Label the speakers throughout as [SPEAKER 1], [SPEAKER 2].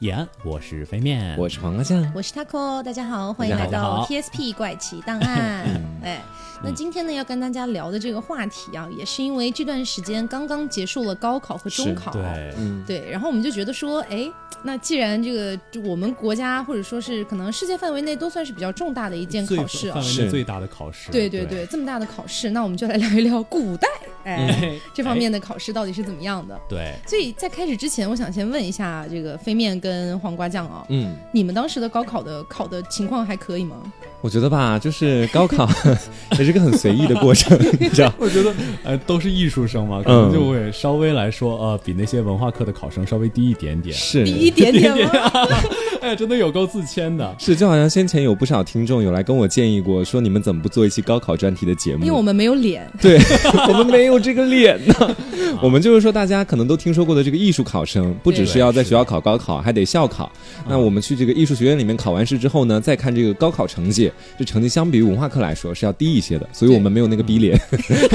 [SPEAKER 1] 野安，我是飞面，
[SPEAKER 2] 嗯
[SPEAKER 3] 我是黄瓜酱。
[SPEAKER 2] 我是 Taco，大家好，欢迎
[SPEAKER 3] 大
[SPEAKER 2] 来
[SPEAKER 1] 家好嗯
[SPEAKER 2] 到 PSP 怪奇档案。哎，那今天呢要跟大家聊的这个话题啊，也是因为这段时间刚刚结束了高考和中
[SPEAKER 3] 是
[SPEAKER 2] 考，
[SPEAKER 1] 对，
[SPEAKER 3] 嗯，
[SPEAKER 2] 对，然后我们就觉得说，哎，那既然这个就我们国家或者说是可能世界范围内都算是比较重大的一件
[SPEAKER 1] 最
[SPEAKER 2] 考试啊
[SPEAKER 1] 范，围内
[SPEAKER 3] 是
[SPEAKER 1] 最大的考试，
[SPEAKER 2] 对
[SPEAKER 1] 对
[SPEAKER 2] 对对，这么大的考试，那我们就来聊一聊古代哎、
[SPEAKER 1] 对，
[SPEAKER 2] 这方面的考试到底是怎么样的。
[SPEAKER 1] 哎对，
[SPEAKER 2] 所以在开始之前，我想先问一下这个飞面跟黄瓜酱啊、
[SPEAKER 3] 嗯，
[SPEAKER 2] 你们当时的高考的考的情况还可以吗？
[SPEAKER 3] 我觉得吧，就是高考 也是个很随意的过程，你知道？
[SPEAKER 1] 我觉得呃都是艺术生嘛，可能就会稍微来说呃比那些文化课的考生稍微低一点点，
[SPEAKER 3] 是
[SPEAKER 2] 比一点 点啊吗？
[SPEAKER 1] 哎，真的有够自谦的。
[SPEAKER 3] 是，就好像先前有不少听众有来跟我建议过，说你们怎么不做一期高考专题的节目？
[SPEAKER 2] 因为我们啊没有脸。
[SPEAKER 3] 对 我们没有这个脸呢。我们就是说，大家可能都听说过的这个艺术考生，不只是要在学校考高考，还得校考。那我们去这个艺术学院里面考完试之后呢，再看这个高考成绩，这成绩相比于文化课来说是要低一些的，所以我们没有那个逼脸。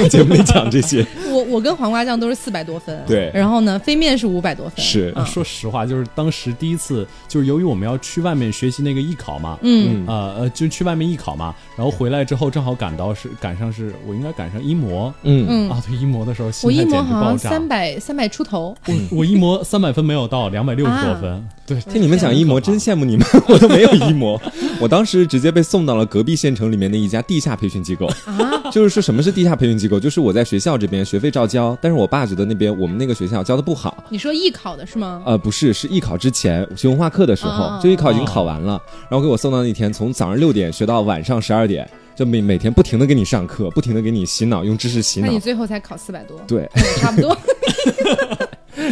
[SPEAKER 3] 节目里讲这些，
[SPEAKER 2] 我我跟黄瓜酱都是四百多分，
[SPEAKER 3] 对
[SPEAKER 2] 然后呢，飞面是五百多分，
[SPEAKER 3] 是
[SPEAKER 1] 啊
[SPEAKER 2] 嗯
[SPEAKER 1] 说实话，就是当时第一次，就是由于我们要去外面学习那个艺考嘛，
[SPEAKER 2] 嗯，
[SPEAKER 1] 呃呃，就去外面艺考嘛，然后回来之后正好赶到是赶上是我应该赶上一模。
[SPEAKER 3] 嗯，
[SPEAKER 2] 嗯
[SPEAKER 1] 啊，对一模的时候，心
[SPEAKER 2] 我
[SPEAKER 1] 态
[SPEAKER 2] 一模
[SPEAKER 1] 简直
[SPEAKER 2] 好
[SPEAKER 1] 爆
[SPEAKER 2] 像
[SPEAKER 1] 炸。
[SPEAKER 2] 三百三百出头，
[SPEAKER 1] 我我一模三百分没有到，两百六十多
[SPEAKER 2] 啊
[SPEAKER 1] 分。对，
[SPEAKER 3] 听你们讲一模，真羡慕你们，我都没有一模。 我当时直接被送到了隔壁县城里面的一家地下培训机构。
[SPEAKER 2] 啊，
[SPEAKER 3] 就是说什么是地下培训机构？就是我在学校这边学费照交，但是我爸觉得那边我们那个学校教的不好，
[SPEAKER 2] 你说艺考的是
[SPEAKER 1] 啊
[SPEAKER 2] 吗？
[SPEAKER 3] 呃，不是，是艺考之前学文化课的时候
[SPEAKER 2] 哦，
[SPEAKER 3] 就艺考已经考完了，然后给我送到那天，从早上六点学到晚上十二点，就每每天不停的给你上课，不停的给你洗脑，用知识洗
[SPEAKER 2] 那
[SPEAKER 3] 脑
[SPEAKER 2] 你。最后才考四百多，
[SPEAKER 3] 对，
[SPEAKER 2] 嗯差不 多。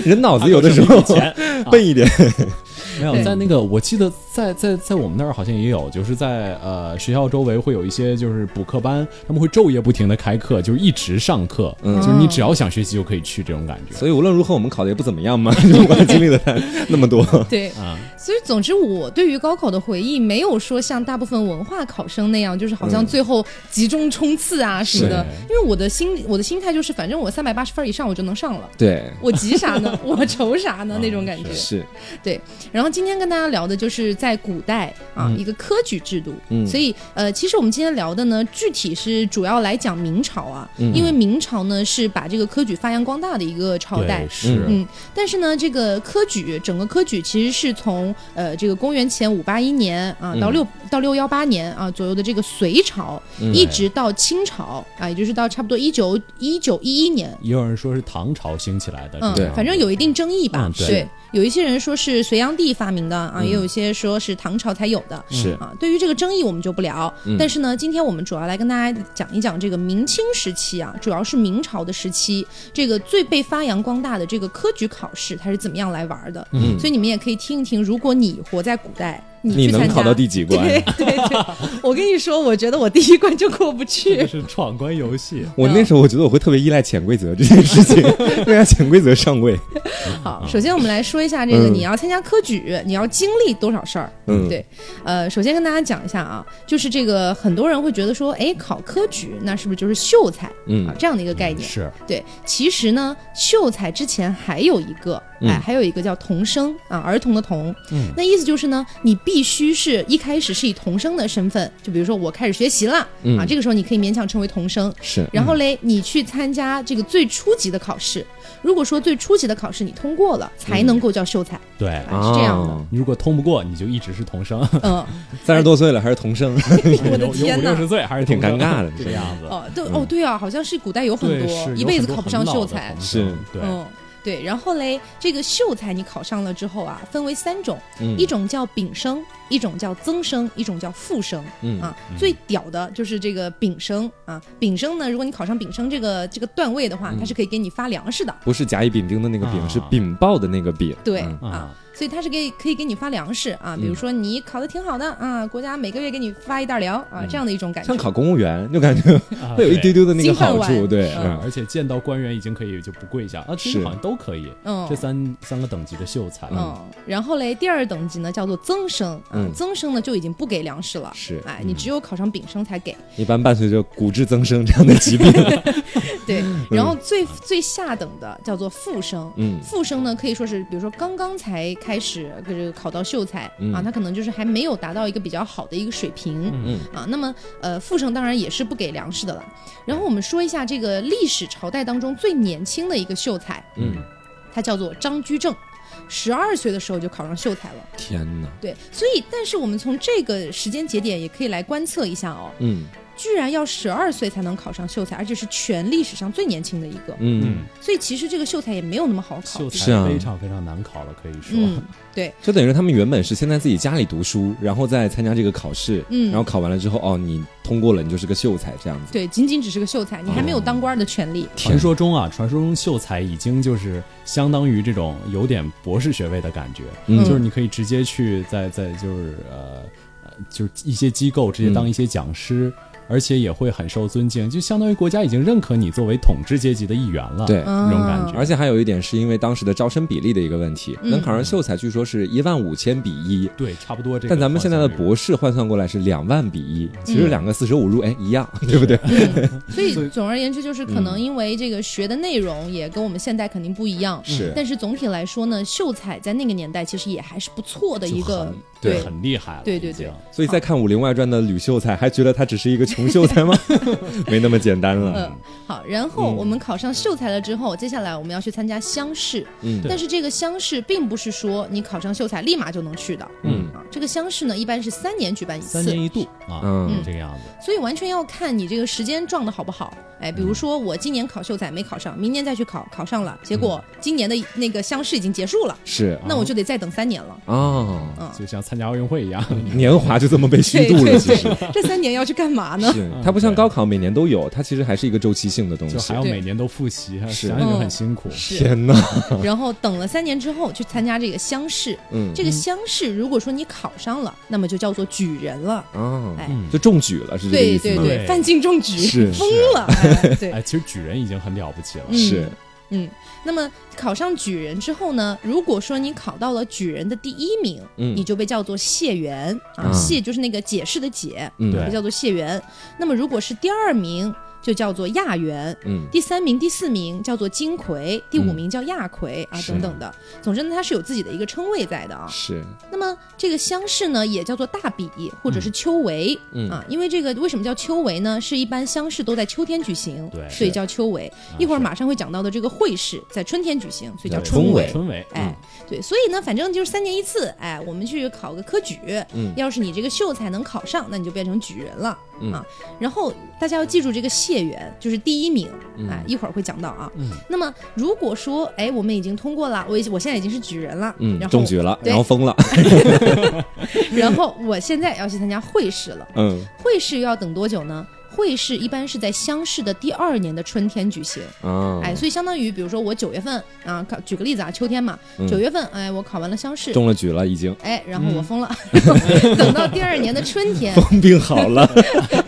[SPEAKER 3] 人脑子有的时候
[SPEAKER 1] 以前
[SPEAKER 3] 笨一点。
[SPEAKER 1] 没有
[SPEAKER 2] 对
[SPEAKER 1] 在那个，我记得在在在我们那儿好像也有，就是在呃学校周围会有一些就是补课班，他们会昼夜不停的开课，就是一直上课，
[SPEAKER 3] 嗯
[SPEAKER 1] 就是你只要想学习就可以去这种感觉。
[SPEAKER 3] 所以无论如何，我们考的也不怎么样嘛，就我经历了它 那么多。
[SPEAKER 2] 对，
[SPEAKER 1] 啊，
[SPEAKER 2] 所以总之我对于高考的回忆，没有说像大部分文化考生那样，就是好像最后集中冲刺啊什么的，
[SPEAKER 1] 嗯是
[SPEAKER 2] 因为我的心我的心态就是，反正我三百八十分以上我就能上了。
[SPEAKER 3] 对，
[SPEAKER 2] 我急啥 呢？我愁啥呢？那种感觉。
[SPEAKER 3] 啊是，
[SPEAKER 2] 然后今天跟大家聊的就是在古代啊、
[SPEAKER 1] 嗯
[SPEAKER 2] 一个科举制度，
[SPEAKER 3] 嗯
[SPEAKER 2] 所以呃，其实我们今天聊的呢，具体是主要来讲明朝啊，
[SPEAKER 3] 嗯
[SPEAKER 2] 因为明朝呢是把这个科举发扬光大的一个朝代
[SPEAKER 1] 对，。是、
[SPEAKER 2] 嗯，但是呢，这个科举整个科举其实是从呃这个公元前五八一年啊到
[SPEAKER 3] 嗯
[SPEAKER 2] 六、到六幺八年啊左右的这个隋朝，
[SPEAKER 3] 嗯
[SPEAKER 2] 一直到清朝啊，也就是到差不多一九一九一一年
[SPEAKER 1] 也有人说是唐朝兴起来的，
[SPEAKER 2] 嗯
[SPEAKER 1] 这个，
[SPEAKER 2] 反正有一定争议吧
[SPEAKER 1] 嗯。对
[SPEAKER 2] 对，有一些人说是隋炀帝发明的啊，
[SPEAKER 3] 嗯
[SPEAKER 2] 也有一些说是唐朝才有的。
[SPEAKER 3] 是
[SPEAKER 2] 啊，对于这个争议我们就不聊，
[SPEAKER 3] 嗯
[SPEAKER 2] 但是呢，今天我们主要来跟大家讲一讲这个明清时期啊，主要是明朝的时期，这个最被发扬光大的这个科举考试，它是怎么样来玩的。
[SPEAKER 3] 嗯
[SPEAKER 2] 所以你们也可以听一听，如果你活在古代，你
[SPEAKER 3] 你
[SPEAKER 2] 去参
[SPEAKER 3] 能
[SPEAKER 2] 加
[SPEAKER 3] 考到第几关？
[SPEAKER 2] 对 对对，我跟你说，我觉得我第一关就过不
[SPEAKER 1] 这个
[SPEAKER 2] 去。
[SPEAKER 1] 是闯关游戏。
[SPEAKER 3] 我那时候我觉得我会特别依赖潜规则这件事 情，为啥潜规则上位？
[SPEAKER 2] 好，首先我们来说一下这个，
[SPEAKER 3] 嗯
[SPEAKER 2] 你要参加科举，你要经历多少事儿？
[SPEAKER 3] 嗯，
[SPEAKER 2] 对呃，首先跟大家讲一下啊，就是这个很多人会觉得说，哎，考科举那是不是就是秀才啊
[SPEAKER 3] 嗯
[SPEAKER 2] 这样的一个概念？
[SPEAKER 1] 是
[SPEAKER 2] 对，其实呢，秀才之前还有一个，
[SPEAKER 3] 嗯
[SPEAKER 2] 哎，还有一个叫童生啊，儿童的童。
[SPEAKER 1] 嗯
[SPEAKER 2] 那意思就是呢，你必须是一开始是以童生的身份，就比如说我开始学习了、
[SPEAKER 3] 嗯
[SPEAKER 2] 啊，这个时候你可以勉强称为童生。
[SPEAKER 3] 是，
[SPEAKER 2] 然后
[SPEAKER 1] 嗯
[SPEAKER 2] 嘞，你去参加这个最初级的考试，如果说最初级的考试你通过
[SPEAKER 1] 嗯
[SPEAKER 2] 了，才能够 叫秀才，
[SPEAKER 1] 对。
[SPEAKER 2] 啊是这样的。
[SPEAKER 3] 哦
[SPEAKER 1] 你如果通不过，你就一直是童生，
[SPEAKER 2] 嗯，
[SPEAKER 3] 三十多岁了还是童生，
[SPEAKER 2] 我
[SPEAKER 1] 有
[SPEAKER 2] 的
[SPEAKER 1] 有
[SPEAKER 2] 天
[SPEAKER 1] 五
[SPEAKER 2] 呐
[SPEAKER 1] 六十岁还是
[SPEAKER 3] 挺
[SPEAKER 1] 童生
[SPEAKER 3] 尴尬的
[SPEAKER 1] 这个样子。
[SPEAKER 2] 哦，对哦，对啊，好像是古代有很
[SPEAKER 1] 嗯对，
[SPEAKER 2] 多
[SPEAKER 1] 是
[SPEAKER 2] 一
[SPEAKER 1] 有
[SPEAKER 2] 辈
[SPEAKER 1] 很
[SPEAKER 2] 子
[SPEAKER 1] 多
[SPEAKER 2] 考不
[SPEAKER 1] 很
[SPEAKER 2] 上
[SPEAKER 1] 老
[SPEAKER 2] 秀
[SPEAKER 1] 的
[SPEAKER 2] 才
[SPEAKER 1] 童，
[SPEAKER 3] 是
[SPEAKER 1] 生对，
[SPEAKER 2] 嗯。对，然后嘞，这个秀才你考上了之后啊，分为三种，
[SPEAKER 3] 嗯
[SPEAKER 2] 一种叫丙生，一种叫增生，一种叫复生
[SPEAKER 3] 嗯
[SPEAKER 2] 啊。最屌的就是这个丙生啊，丙生呢，如果你考上丙生这个这个段位的
[SPEAKER 1] 嗯
[SPEAKER 2] 话，它是可以给你发粮食的，
[SPEAKER 3] 不是甲乙丙丁的那个
[SPEAKER 1] 啊
[SPEAKER 3] 丙，是禀报的那个丙。
[SPEAKER 2] 对
[SPEAKER 3] 嗯
[SPEAKER 2] 啊
[SPEAKER 1] 啊，
[SPEAKER 2] 所以它是给可以给你发粮食啊，比如说你考的挺好的啊，国家每个月给你发一袋粮啊，这样的一种感
[SPEAKER 3] 嗯
[SPEAKER 2] 觉
[SPEAKER 3] 像。
[SPEAKER 2] 啊
[SPEAKER 3] 考公务员，就感觉
[SPEAKER 2] 嗯
[SPEAKER 1] 啊
[SPEAKER 3] 会有一丢丢的那个好
[SPEAKER 2] 金饭
[SPEAKER 3] 处，
[SPEAKER 2] 碗
[SPEAKER 3] 对，
[SPEAKER 1] 对，
[SPEAKER 3] 嗯
[SPEAKER 1] 啊而且见到官员已经可以就不跪下啊，其实
[SPEAKER 3] 是
[SPEAKER 1] 好像都可以。
[SPEAKER 2] 嗯，
[SPEAKER 1] 这三三个等级的秀才，
[SPEAKER 2] 嗯，然后嘞，第二等级呢叫做增生啊，
[SPEAKER 3] 嗯
[SPEAKER 2] 增生呢就已经不给粮食了，
[SPEAKER 3] 是嗯
[SPEAKER 2] 哎，你只有考上丙生才给。
[SPEAKER 3] 一般伴随着骨质增生这样的 疾病。
[SPEAKER 2] 对，然后最最下等的叫做复生，
[SPEAKER 3] 嗯
[SPEAKER 2] 复生呢可以说是，比如说刚刚才开始这个考到秀才、
[SPEAKER 3] 嗯
[SPEAKER 2] 啊，他可能就是还没有达到一个比较好的一个水平。
[SPEAKER 3] 嗯
[SPEAKER 2] 啊，那么呃，傅盛当然也是不给粮食的了。然后我们说一下这个历史朝代当中最年轻的一个秀才，
[SPEAKER 3] 嗯，
[SPEAKER 2] 他叫做张居正，十二岁的时候就考上秀才了。
[SPEAKER 3] 天哪，
[SPEAKER 2] 对，所以但是我们从这个时间节点也可以来观测一下哦，
[SPEAKER 3] 嗯
[SPEAKER 2] 居然要十二岁才能考上秀才，而且是全历史上最年轻的一个。
[SPEAKER 3] 嗯，
[SPEAKER 1] 嗯，
[SPEAKER 2] 所以其实这个秀才也没有那么好考。
[SPEAKER 1] 秀
[SPEAKER 3] 是啊
[SPEAKER 1] 才非常非常难考了，可以说。
[SPEAKER 2] 嗯，
[SPEAKER 3] 就等于说他们原本是先在自己家里读书，然后再参加这个考试，
[SPEAKER 2] 嗯
[SPEAKER 3] 然后考完了之后，哦，你通过了，你就是个秀才这样子。
[SPEAKER 2] 对，仅仅只是个秀才，你还没有当官的权利。
[SPEAKER 1] 传说中啊，传说中秀才已经就是相当于这种有点博士学位的感觉，
[SPEAKER 3] 嗯
[SPEAKER 1] 就是你可以直接去在在就是呃，呃就是一些机构直接
[SPEAKER 3] 嗯
[SPEAKER 1] 当一些讲师。而且也会很受尊敬，就相当于国家已经认可你作为统治阶级的一员了。
[SPEAKER 3] 对
[SPEAKER 2] 嗯
[SPEAKER 1] 哦那种感觉
[SPEAKER 3] 而且还有一点是因为当时的招生比例的一个问题，
[SPEAKER 2] 嗯
[SPEAKER 3] 能考上秀才据说是一万五千比一，
[SPEAKER 1] 对，差不多这个。
[SPEAKER 3] 但咱们现在的，博士换算过来是两万比一，其实两个四舍五入，哎，一样，对不对？
[SPEAKER 2] 嗯所以总而言之，就是可
[SPEAKER 1] 嗯
[SPEAKER 2] 能因为这个学的内容也跟我们现在肯定不一样，
[SPEAKER 3] 是
[SPEAKER 2] 但是总体来说呢，秀才在那个年代其实也还是不错的一个
[SPEAKER 1] 就
[SPEAKER 2] 对
[SPEAKER 1] 很很厉害了。
[SPEAKER 2] 对对
[SPEAKER 1] 已经
[SPEAKER 2] 对
[SPEAKER 3] 所以再看《武林外传》的吕秀才，还觉得他只是一个穷秀才吗？ 没那么简单了。
[SPEAKER 2] 嗯，好，然后我们考上秀才了之后，接下来我们要去参加乡试。
[SPEAKER 3] 嗯
[SPEAKER 2] 但是这个乡试并不是说你考上秀才立马就能去的。
[SPEAKER 3] 嗯
[SPEAKER 2] 啊，这个乡试呢，一般是三年举办一次
[SPEAKER 1] 三，年一度啊，
[SPEAKER 3] 嗯
[SPEAKER 1] 这个样子。
[SPEAKER 2] 所以完全要看你这个时间撞的好不好。哎，比
[SPEAKER 1] 嗯
[SPEAKER 2] 如说我今年考秀才没考上，明年再去考，考上了，结果
[SPEAKER 1] 嗯
[SPEAKER 2] 今年的那个乡试已经结束
[SPEAKER 1] 啊
[SPEAKER 2] 了，
[SPEAKER 3] 是
[SPEAKER 2] 那我就得再等三年了。
[SPEAKER 3] 哦，
[SPEAKER 2] 嗯，
[SPEAKER 1] 就像参加奥运会一样。
[SPEAKER 3] 年华就这么被虚
[SPEAKER 2] 对
[SPEAKER 3] 度了，
[SPEAKER 2] 对
[SPEAKER 3] 其实。
[SPEAKER 2] 对，这三年要去干 嘛呢？
[SPEAKER 3] 是
[SPEAKER 1] 嗯
[SPEAKER 3] 它不像
[SPEAKER 1] 对
[SPEAKER 3] 高考每年都有，它其实还是一个周期性的 东
[SPEAKER 1] 就
[SPEAKER 3] 西
[SPEAKER 1] 还。要
[SPEAKER 2] 对嗯
[SPEAKER 1] 每年都复习，
[SPEAKER 3] 是
[SPEAKER 1] 想想就很辛苦。
[SPEAKER 3] 天哪，
[SPEAKER 2] 然后等了三年之后去参加这个乡试，
[SPEAKER 3] 嗯，
[SPEAKER 2] 这个乡试如果说你考上了，那么就叫做举人了。
[SPEAKER 3] 哦
[SPEAKER 2] 哎，
[SPEAKER 3] 就中举了，是这个
[SPEAKER 2] 对
[SPEAKER 3] 意思
[SPEAKER 2] 对
[SPEAKER 3] 吗？
[SPEAKER 1] 对
[SPEAKER 2] 对，范进中举，
[SPEAKER 3] 是
[SPEAKER 2] 疯了。哎对，
[SPEAKER 1] 哎，其实举人已经很了不起了。
[SPEAKER 2] 嗯
[SPEAKER 3] 是，
[SPEAKER 2] 嗯，那么考上举人之后呢，如果说你考到了举人的第一名，
[SPEAKER 3] 嗯
[SPEAKER 2] 你就被叫做解元啊，
[SPEAKER 3] 啊
[SPEAKER 2] 解就是那个解释的解，
[SPEAKER 3] 嗯
[SPEAKER 1] 对
[SPEAKER 2] 被叫做解元。那么如果是第二名，就叫做亚元。
[SPEAKER 3] 嗯
[SPEAKER 2] 第三名、第四名叫做金魁，第五
[SPEAKER 3] 嗯
[SPEAKER 2] 名叫亚魁、啊，
[SPEAKER 3] 是
[SPEAKER 2] 等等的。总之呢，它是有自己的一个称谓在的啊。
[SPEAKER 3] 是，
[SPEAKER 2] 那么这个乡试呢，也叫做大比或者是秋闱、
[SPEAKER 3] 嗯
[SPEAKER 2] 啊，因为这个为什么叫秋闱呢？是一般乡试都在秋天举行，
[SPEAKER 1] 对
[SPEAKER 2] 所以叫秋闱。
[SPEAKER 1] 啊
[SPEAKER 2] 一会儿马上会讲到的这个会试在春天举行，所以叫
[SPEAKER 3] 对中
[SPEAKER 2] 春
[SPEAKER 1] 春
[SPEAKER 3] 委
[SPEAKER 1] 委，
[SPEAKER 2] 闱。
[SPEAKER 1] 春委，
[SPEAKER 2] 哎，对，所以呢，反正就是三年一次，哎，我们去考个科举。
[SPEAKER 3] 嗯
[SPEAKER 2] 要是你这个秀才能考上，那你就变成举人了、
[SPEAKER 3] 嗯
[SPEAKER 2] 啊。然后大家要记住这个解元，就是第一名，哎，一会儿会讲到啊。
[SPEAKER 1] 嗯
[SPEAKER 2] 那么如果说，哎，我们已经通过了，我已我现在已经是举人了，
[SPEAKER 3] 嗯
[SPEAKER 2] 然，后
[SPEAKER 3] 中举了，
[SPEAKER 2] 对
[SPEAKER 3] 然后疯 了，
[SPEAKER 2] 然后我现在要去参加会试了。
[SPEAKER 3] 嗯
[SPEAKER 2] 会试又要等多久呢？会试一般是在乡试的第二年的春天举行，
[SPEAKER 3] 啊，
[SPEAKER 2] 哎，所以相当于比如说我九月份啊，考举个例子啊，秋天嘛，
[SPEAKER 3] 嗯
[SPEAKER 2] 九月份哎，我考完了乡试，
[SPEAKER 3] 中了举了，已经，
[SPEAKER 2] 哎，然后我疯了，然后等到第二年的春天
[SPEAKER 3] 疯病好了，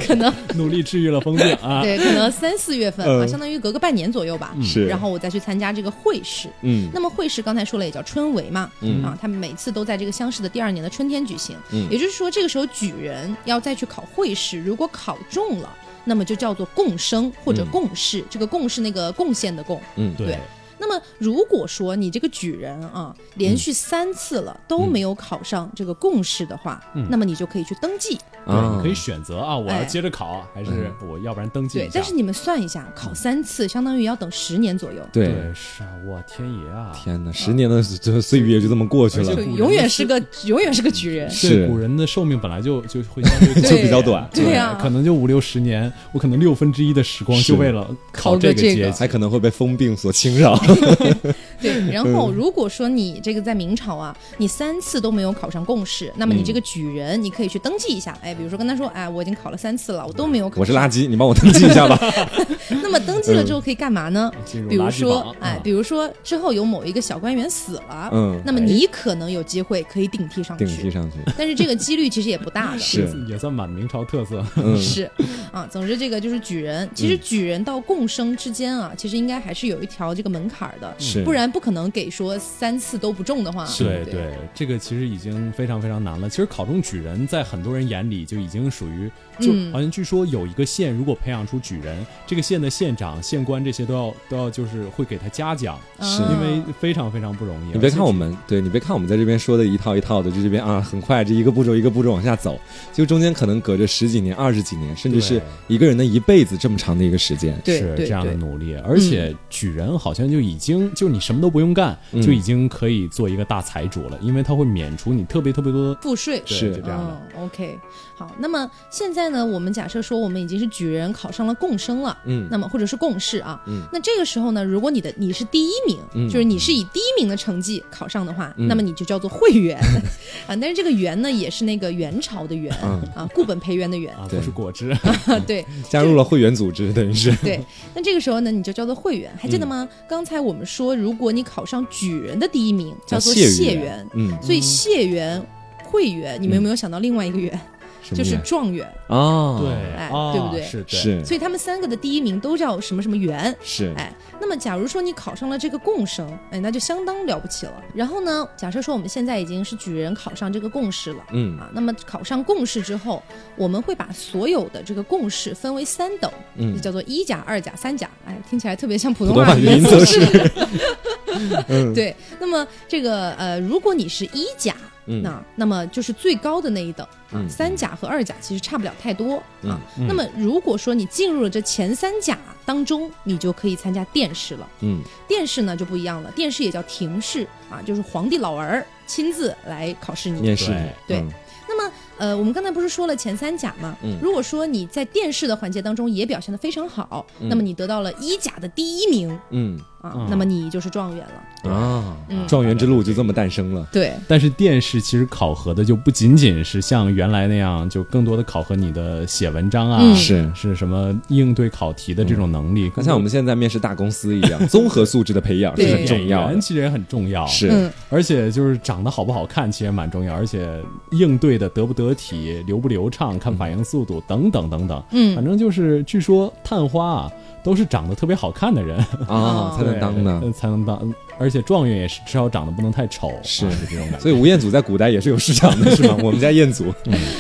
[SPEAKER 2] 可能
[SPEAKER 1] 努力治愈了封建啊。
[SPEAKER 2] 对，可能三四月份啊，
[SPEAKER 3] 嗯
[SPEAKER 2] 相当于隔个半年左右吧，
[SPEAKER 3] 是，
[SPEAKER 2] 嗯然后我再去参加这个会试。
[SPEAKER 3] 嗯
[SPEAKER 2] 那么会试刚才说了也叫春闱嘛，
[SPEAKER 3] 嗯
[SPEAKER 2] 啊，他们每次都在这个乡试的第二年的春天举行，
[SPEAKER 3] 嗯
[SPEAKER 2] 也就是说这个时候举人要再去考会试，如果考中了，那么就叫做贡生或者
[SPEAKER 3] 嗯
[SPEAKER 2] 贡士，这个贡是那个贡献的贡。
[SPEAKER 3] 嗯，
[SPEAKER 1] 对
[SPEAKER 2] 对那么如果说你这个举人啊，连续三次了都没有考上这个贡士的话，
[SPEAKER 1] 嗯
[SPEAKER 2] 那么你就可以去登记。
[SPEAKER 1] 对，
[SPEAKER 3] 啊
[SPEAKER 1] 你可以选择啊，我要
[SPEAKER 2] 哎
[SPEAKER 1] 接着考，还是
[SPEAKER 3] 嗯
[SPEAKER 1] 我要不然登记
[SPEAKER 2] 对
[SPEAKER 1] 一，下
[SPEAKER 2] 但是你们算一下，考三次相当于要等十年左右。
[SPEAKER 3] 对，
[SPEAKER 1] 对，是啊，我天爷啊！
[SPEAKER 3] 天哪，十年的这岁月就这么过去
[SPEAKER 1] 而且
[SPEAKER 3] 了
[SPEAKER 2] 嗯就，
[SPEAKER 1] 古人
[SPEAKER 2] 永远
[SPEAKER 1] 的
[SPEAKER 2] 是个永远是个举人，
[SPEAKER 3] 是
[SPEAKER 1] 对，古人的寿命本来就就会相对
[SPEAKER 3] 就比较短，
[SPEAKER 2] 对啊
[SPEAKER 1] 可能就五六十年，我可能六分之一的时光
[SPEAKER 3] 是
[SPEAKER 1] 就为了考这
[SPEAKER 2] 考个这个
[SPEAKER 1] 阶级，
[SPEAKER 3] 还可能会被疯病所侵扰， 嗯
[SPEAKER 2] 对，然后如果说你这个在明朝啊，你三次都没有考上贡士，那么你这个举人，你可以去登记一下。哎，比如说跟他说，哎，我已经考了三次了，我都没有考。
[SPEAKER 3] 我是嗯垃。圾，你帮我登记一下吧。
[SPEAKER 2] 那么登记了之后可以干嘛呢？
[SPEAKER 1] 进入
[SPEAKER 2] 比如
[SPEAKER 1] 垃圾
[SPEAKER 2] 说
[SPEAKER 1] 榜，
[SPEAKER 2] 哎
[SPEAKER 1] 啊，
[SPEAKER 2] 比如说之后有某一个小官员死了，
[SPEAKER 3] 嗯
[SPEAKER 2] 那么你可能有机会可以顶替上
[SPEAKER 3] 顶替
[SPEAKER 2] 去，
[SPEAKER 3] 上去，
[SPEAKER 2] 但是这个几率其实也不大 的。
[SPEAKER 3] 是
[SPEAKER 1] 也算满明朝特色。
[SPEAKER 3] 嗯，
[SPEAKER 2] 是，啊，总之这个就是举人。其实举人到共生之间啊，其实应该还是有一条这个门槛槛儿的，
[SPEAKER 3] 是
[SPEAKER 2] 不然不可能给说三次都不中的话。
[SPEAKER 1] 对对，这个其实已经非常非常难了。其实考中举人，在很多人眼里就已经属于，就
[SPEAKER 2] 嗯
[SPEAKER 1] 好像据说有一个县，如果培养出举人，这个县的县长、县官这些都要都要就是会给他嘉奖，
[SPEAKER 2] 嗯
[SPEAKER 3] 是
[SPEAKER 1] 因为非常非常不容易。
[SPEAKER 3] 你别看我
[SPEAKER 1] 们，
[SPEAKER 3] 们，对你别看我们在这边说的一套一套的，就这边啊，很快这一个步骤一个步骤往下走，就中间可能隔着十几年、二十几年，甚至是
[SPEAKER 1] 对
[SPEAKER 3] 一个人的一辈子这么长的一个时间。
[SPEAKER 2] 对
[SPEAKER 1] 是
[SPEAKER 2] 对
[SPEAKER 1] 这样的
[SPEAKER 2] 对嗯
[SPEAKER 1] 努力，而且举人好像就已经就你什么都不用干，
[SPEAKER 3] 嗯
[SPEAKER 1] 就已经可以做一个大财主了，因为他会免除你特别特别多。
[SPEAKER 2] 赋税
[SPEAKER 1] 对
[SPEAKER 3] 是
[SPEAKER 1] 就这样的。
[SPEAKER 2] 嗯，OK，好。那么现在呢，我们假设说我们已经是举人考上了贡生了，
[SPEAKER 3] 嗯
[SPEAKER 2] 那么或者是贡士啊，
[SPEAKER 3] 嗯
[SPEAKER 2] 那这个时候呢，如果你的你是第一名，
[SPEAKER 3] 嗯
[SPEAKER 2] 就是你是以第一名的成绩考上的话，
[SPEAKER 3] 嗯
[SPEAKER 2] 那么你就叫做会 员啊。但是这个员呢，也是那个元朝的元
[SPEAKER 3] 嗯
[SPEAKER 2] 啊，固本培元的元
[SPEAKER 1] 啊，
[SPEAKER 3] 对
[SPEAKER 1] 不是果汁，
[SPEAKER 2] 啊，对。
[SPEAKER 3] 加入了会员组织，等于是
[SPEAKER 2] 对，那这个时候呢，你就叫做会员，还记得吗？
[SPEAKER 3] 嗯
[SPEAKER 2] 刚才我们说，如果你考上举人的第一名，叫做
[SPEAKER 3] 谢
[SPEAKER 2] 解
[SPEAKER 3] 元
[SPEAKER 2] 元，，
[SPEAKER 3] 嗯，
[SPEAKER 2] 所以谢元、会员，你们有没有想到另外一个元，
[SPEAKER 3] 什么
[SPEAKER 2] 就是
[SPEAKER 3] 呀
[SPEAKER 2] 状元？
[SPEAKER 3] 啊，
[SPEAKER 1] 对，
[SPEAKER 2] 哎
[SPEAKER 1] 啊
[SPEAKER 2] 对不对
[SPEAKER 1] 是对
[SPEAKER 3] 是
[SPEAKER 2] 所以他们三个的第一名都叫什么什么元。
[SPEAKER 3] 是，
[SPEAKER 2] 哎，那么假如说你考上了这个贡生，哎，那就相当了不起了。然后呢，假设说我们现在已经是举人考上这个贡士了。
[SPEAKER 3] 嗯
[SPEAKER 2] 啊，那么考上贡士之后，我们会把所有的这个贡士分为三等，
[SPEAKER 3] 嗯
[SPEAKER 2] 就，叫做一甲、二甲、三甲。哎，听起来特别像
[SPEAKER 3] 普
[SPEAKER 2] 普通
[SPEAKER 3] 通
[SPEAKER 2] 话
[SPEAKER 3] 话
[SPEAKER 2] 里
[SPEAKER 3] 语
[SPEAKER 2] 面
[SPEAKER 3] 音
[SPEAKER 2] 所
[SPEAKER 3] 测
[SPEAKER 2] 说
[SPEAKER 3] 试
[SPEAKER 2] 的，
[SPEAKER 3] 嗯
[SPEAKER 2] 对，那么这个呃，如果你是一甲，
[SPEAKER 3] 嗯
[SPEAKER 2] 那那么就是最高的那一等啊，
[SPEAKER 3] 嗯
[SPEAKER 2] 三甲和二甲其实差不了太多啊。
[SPEAKER 1] 嗯
[SPEAKER 2] 那么如果说你进入了这前三甲当中，你就可以参加殿试了。
[SPEAKER 3] 嗯
[SPEAKER 2] 殿试呢就不一样了，殿试也叫廷试啊，就是皇帝老儿亲自来考试你。
[SPEAKER 3] 面试你，
[SPEAKER 2] 对
[SPEAKER 3] 嗯
[SPEAKER 2] 那么呃，我们刚才不是说了前三甲吗？
[SPEAKER 3] 嗯
[SPEAKER 2] 如果说你在殿试的环节当中也表现得非常好，
[SPEAKER 3] 嗯
[SPEAKER 2] 那么你得到了一甲的第一名啊，
[SPEAKER 1] 嗯
[SPEAKER 2] 那么你就是状元了。
[SPEAKER 3] 嗯啊，
[SPEAKER 2] 嗯
[SPEAKER 3] 状元之路就这么诞生了。
[SPEAKER 2] 对，
[SPEAKER 1] 但是电视其实考核的就不仅仅是像原来那样，就更多的考核你的写文章啊，
[SPEAKER 2] 嗯
[SPEAKER 3] 是
[SPEAKER 1] 是什么应对考题的这种能力。
[SPEAKER 3] 那嗯像我们现在面试大公司一 样，综合素质的培养是
[SPEAKER 2] 对
[SPEAKER 3] 很重要
[SPEAKER 1] 演员
[SPEAKER 3] 的。
[SPEAKER 1] 其实也很重要，
[SPEAKER 3] 是
[SPEAKER 2] 嗯，
[SPEAKER 1] 而且就是长得好不好看，其实也蛮重要，而且应对的得不得体、流不流畅、看反应速度等等等等。
[SPEAKER 2] 嗯
[SPEAKER 1] 反正就是据说探花啊，都是长得特别好看的人
[SPEAKER 3] 啊，才能
[SPEAKER 1] 对
[SPEAKER 3] 当呢。
[SPEAKER 1] 呃才能当，而且状元也是至少长得不能太丑，
[SPEAKER 3] 是
[SPEAKER 1] 啊这种感觉。
[SPEAKER 3] 所以吴彦祖在古代也是有市场的，是吗？我们家彦祖，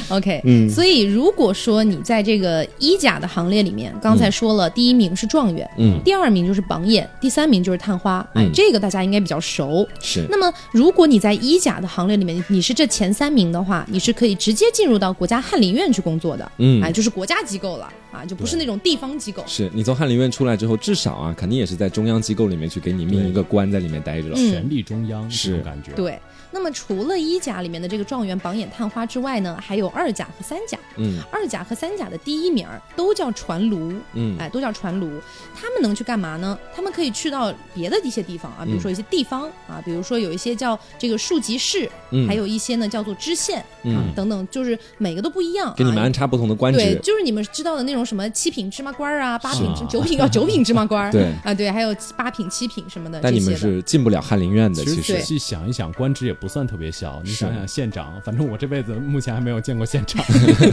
[SPEAKER 2] OK，
[SPEAKER 3] 嗯
[SPEAKER 2] 所以如果说你在这个一甲的行列里面，刚才说了，第一名是状元，
[SPEAKER 3] 嗯，
[SPEAKER 2] 第二名就是榜眼，第三名就是探花，哎
[SPEAKER 3] 嗯，
[SPEAKER 2] 这个大家应该比较熟。
[SPEAKER 3] 是
[SPEAKER 2] 那么如果你在一甲的行列里面，你是这前三名的话，你是可以直接进入到国家翰林院去工作的，
[SPEAKER 3] 嗯
[SPEAKER 2] 哎，就是国家机构了啊，就不是那种地方机构。
[SPEAKER 3] 是你从翰林院出来之后，至少啊，肯定也是在中央机构里面去给你命一个官，在里面待着了。
[SPEAKER 2] 嗯
[SPEAKER 1] 权力中央
[SPEAKER 3] 是
[SPEAKER 1] 这种感觉，
[SPEAKER 2] 对，那么除了一甲里面的这个状元、榜眼、探花之外呢，还有二甲和三甲。
[SPEAKER 3] 嗯
[SPEAKER 2] 二甲和三甲的第一名儿都叫船卢，
[SPEAKER 3] 嗯
[SPEAKER 2] 哎，都叫船卢。他们能去干嘛呢？他们可以去到别的一些地方啊，比
[SPEAKER 3] 嗯
[SPEAKER 2] 如说一些地方啊，比如说有一些叫这个庶吉市，
[SPEAKER 3] 嗯，
[SPEAKER 2] 还有一些呢叫做知县啊
[SPEAKER 3] 嗯，
[SPEAKER 2] 等等，就是每个都不一样啊。
[SPEAKER 3] 给你们安插不同的官
[SPEAKER 2] 对，
[SPEAKER 3] 职，
[SPEAKER 2] 就是你们知道的那种什么七品芝麻官儿啊，八品芝
[SPEAKER 1] 是
[SPEAKER 2] 九品 哦，九品芝麻官儿，
[SPEAKER 3] 对
[SPEAKER 2] 啊对，还有八品七品什么的这
[SPEAKER 3] 但你
[SPEAKER 2] 些
[SPEAKER 3] 们
[SPEAKER 2] 的。
[SPEAKER 3] 是进不了翰林院的，
[SPEAKER 1] 其
[SPEAKER 3] 其
[SPEAKER 1] 实
[SPEAKER 3] 实
[SPEAKER 1] 仔细想一想，官职也不算特别小。你
[SPEAKER 3] 是
[SPEAKER 1] 想想县长，反正我这辈子目前还没有见过县长，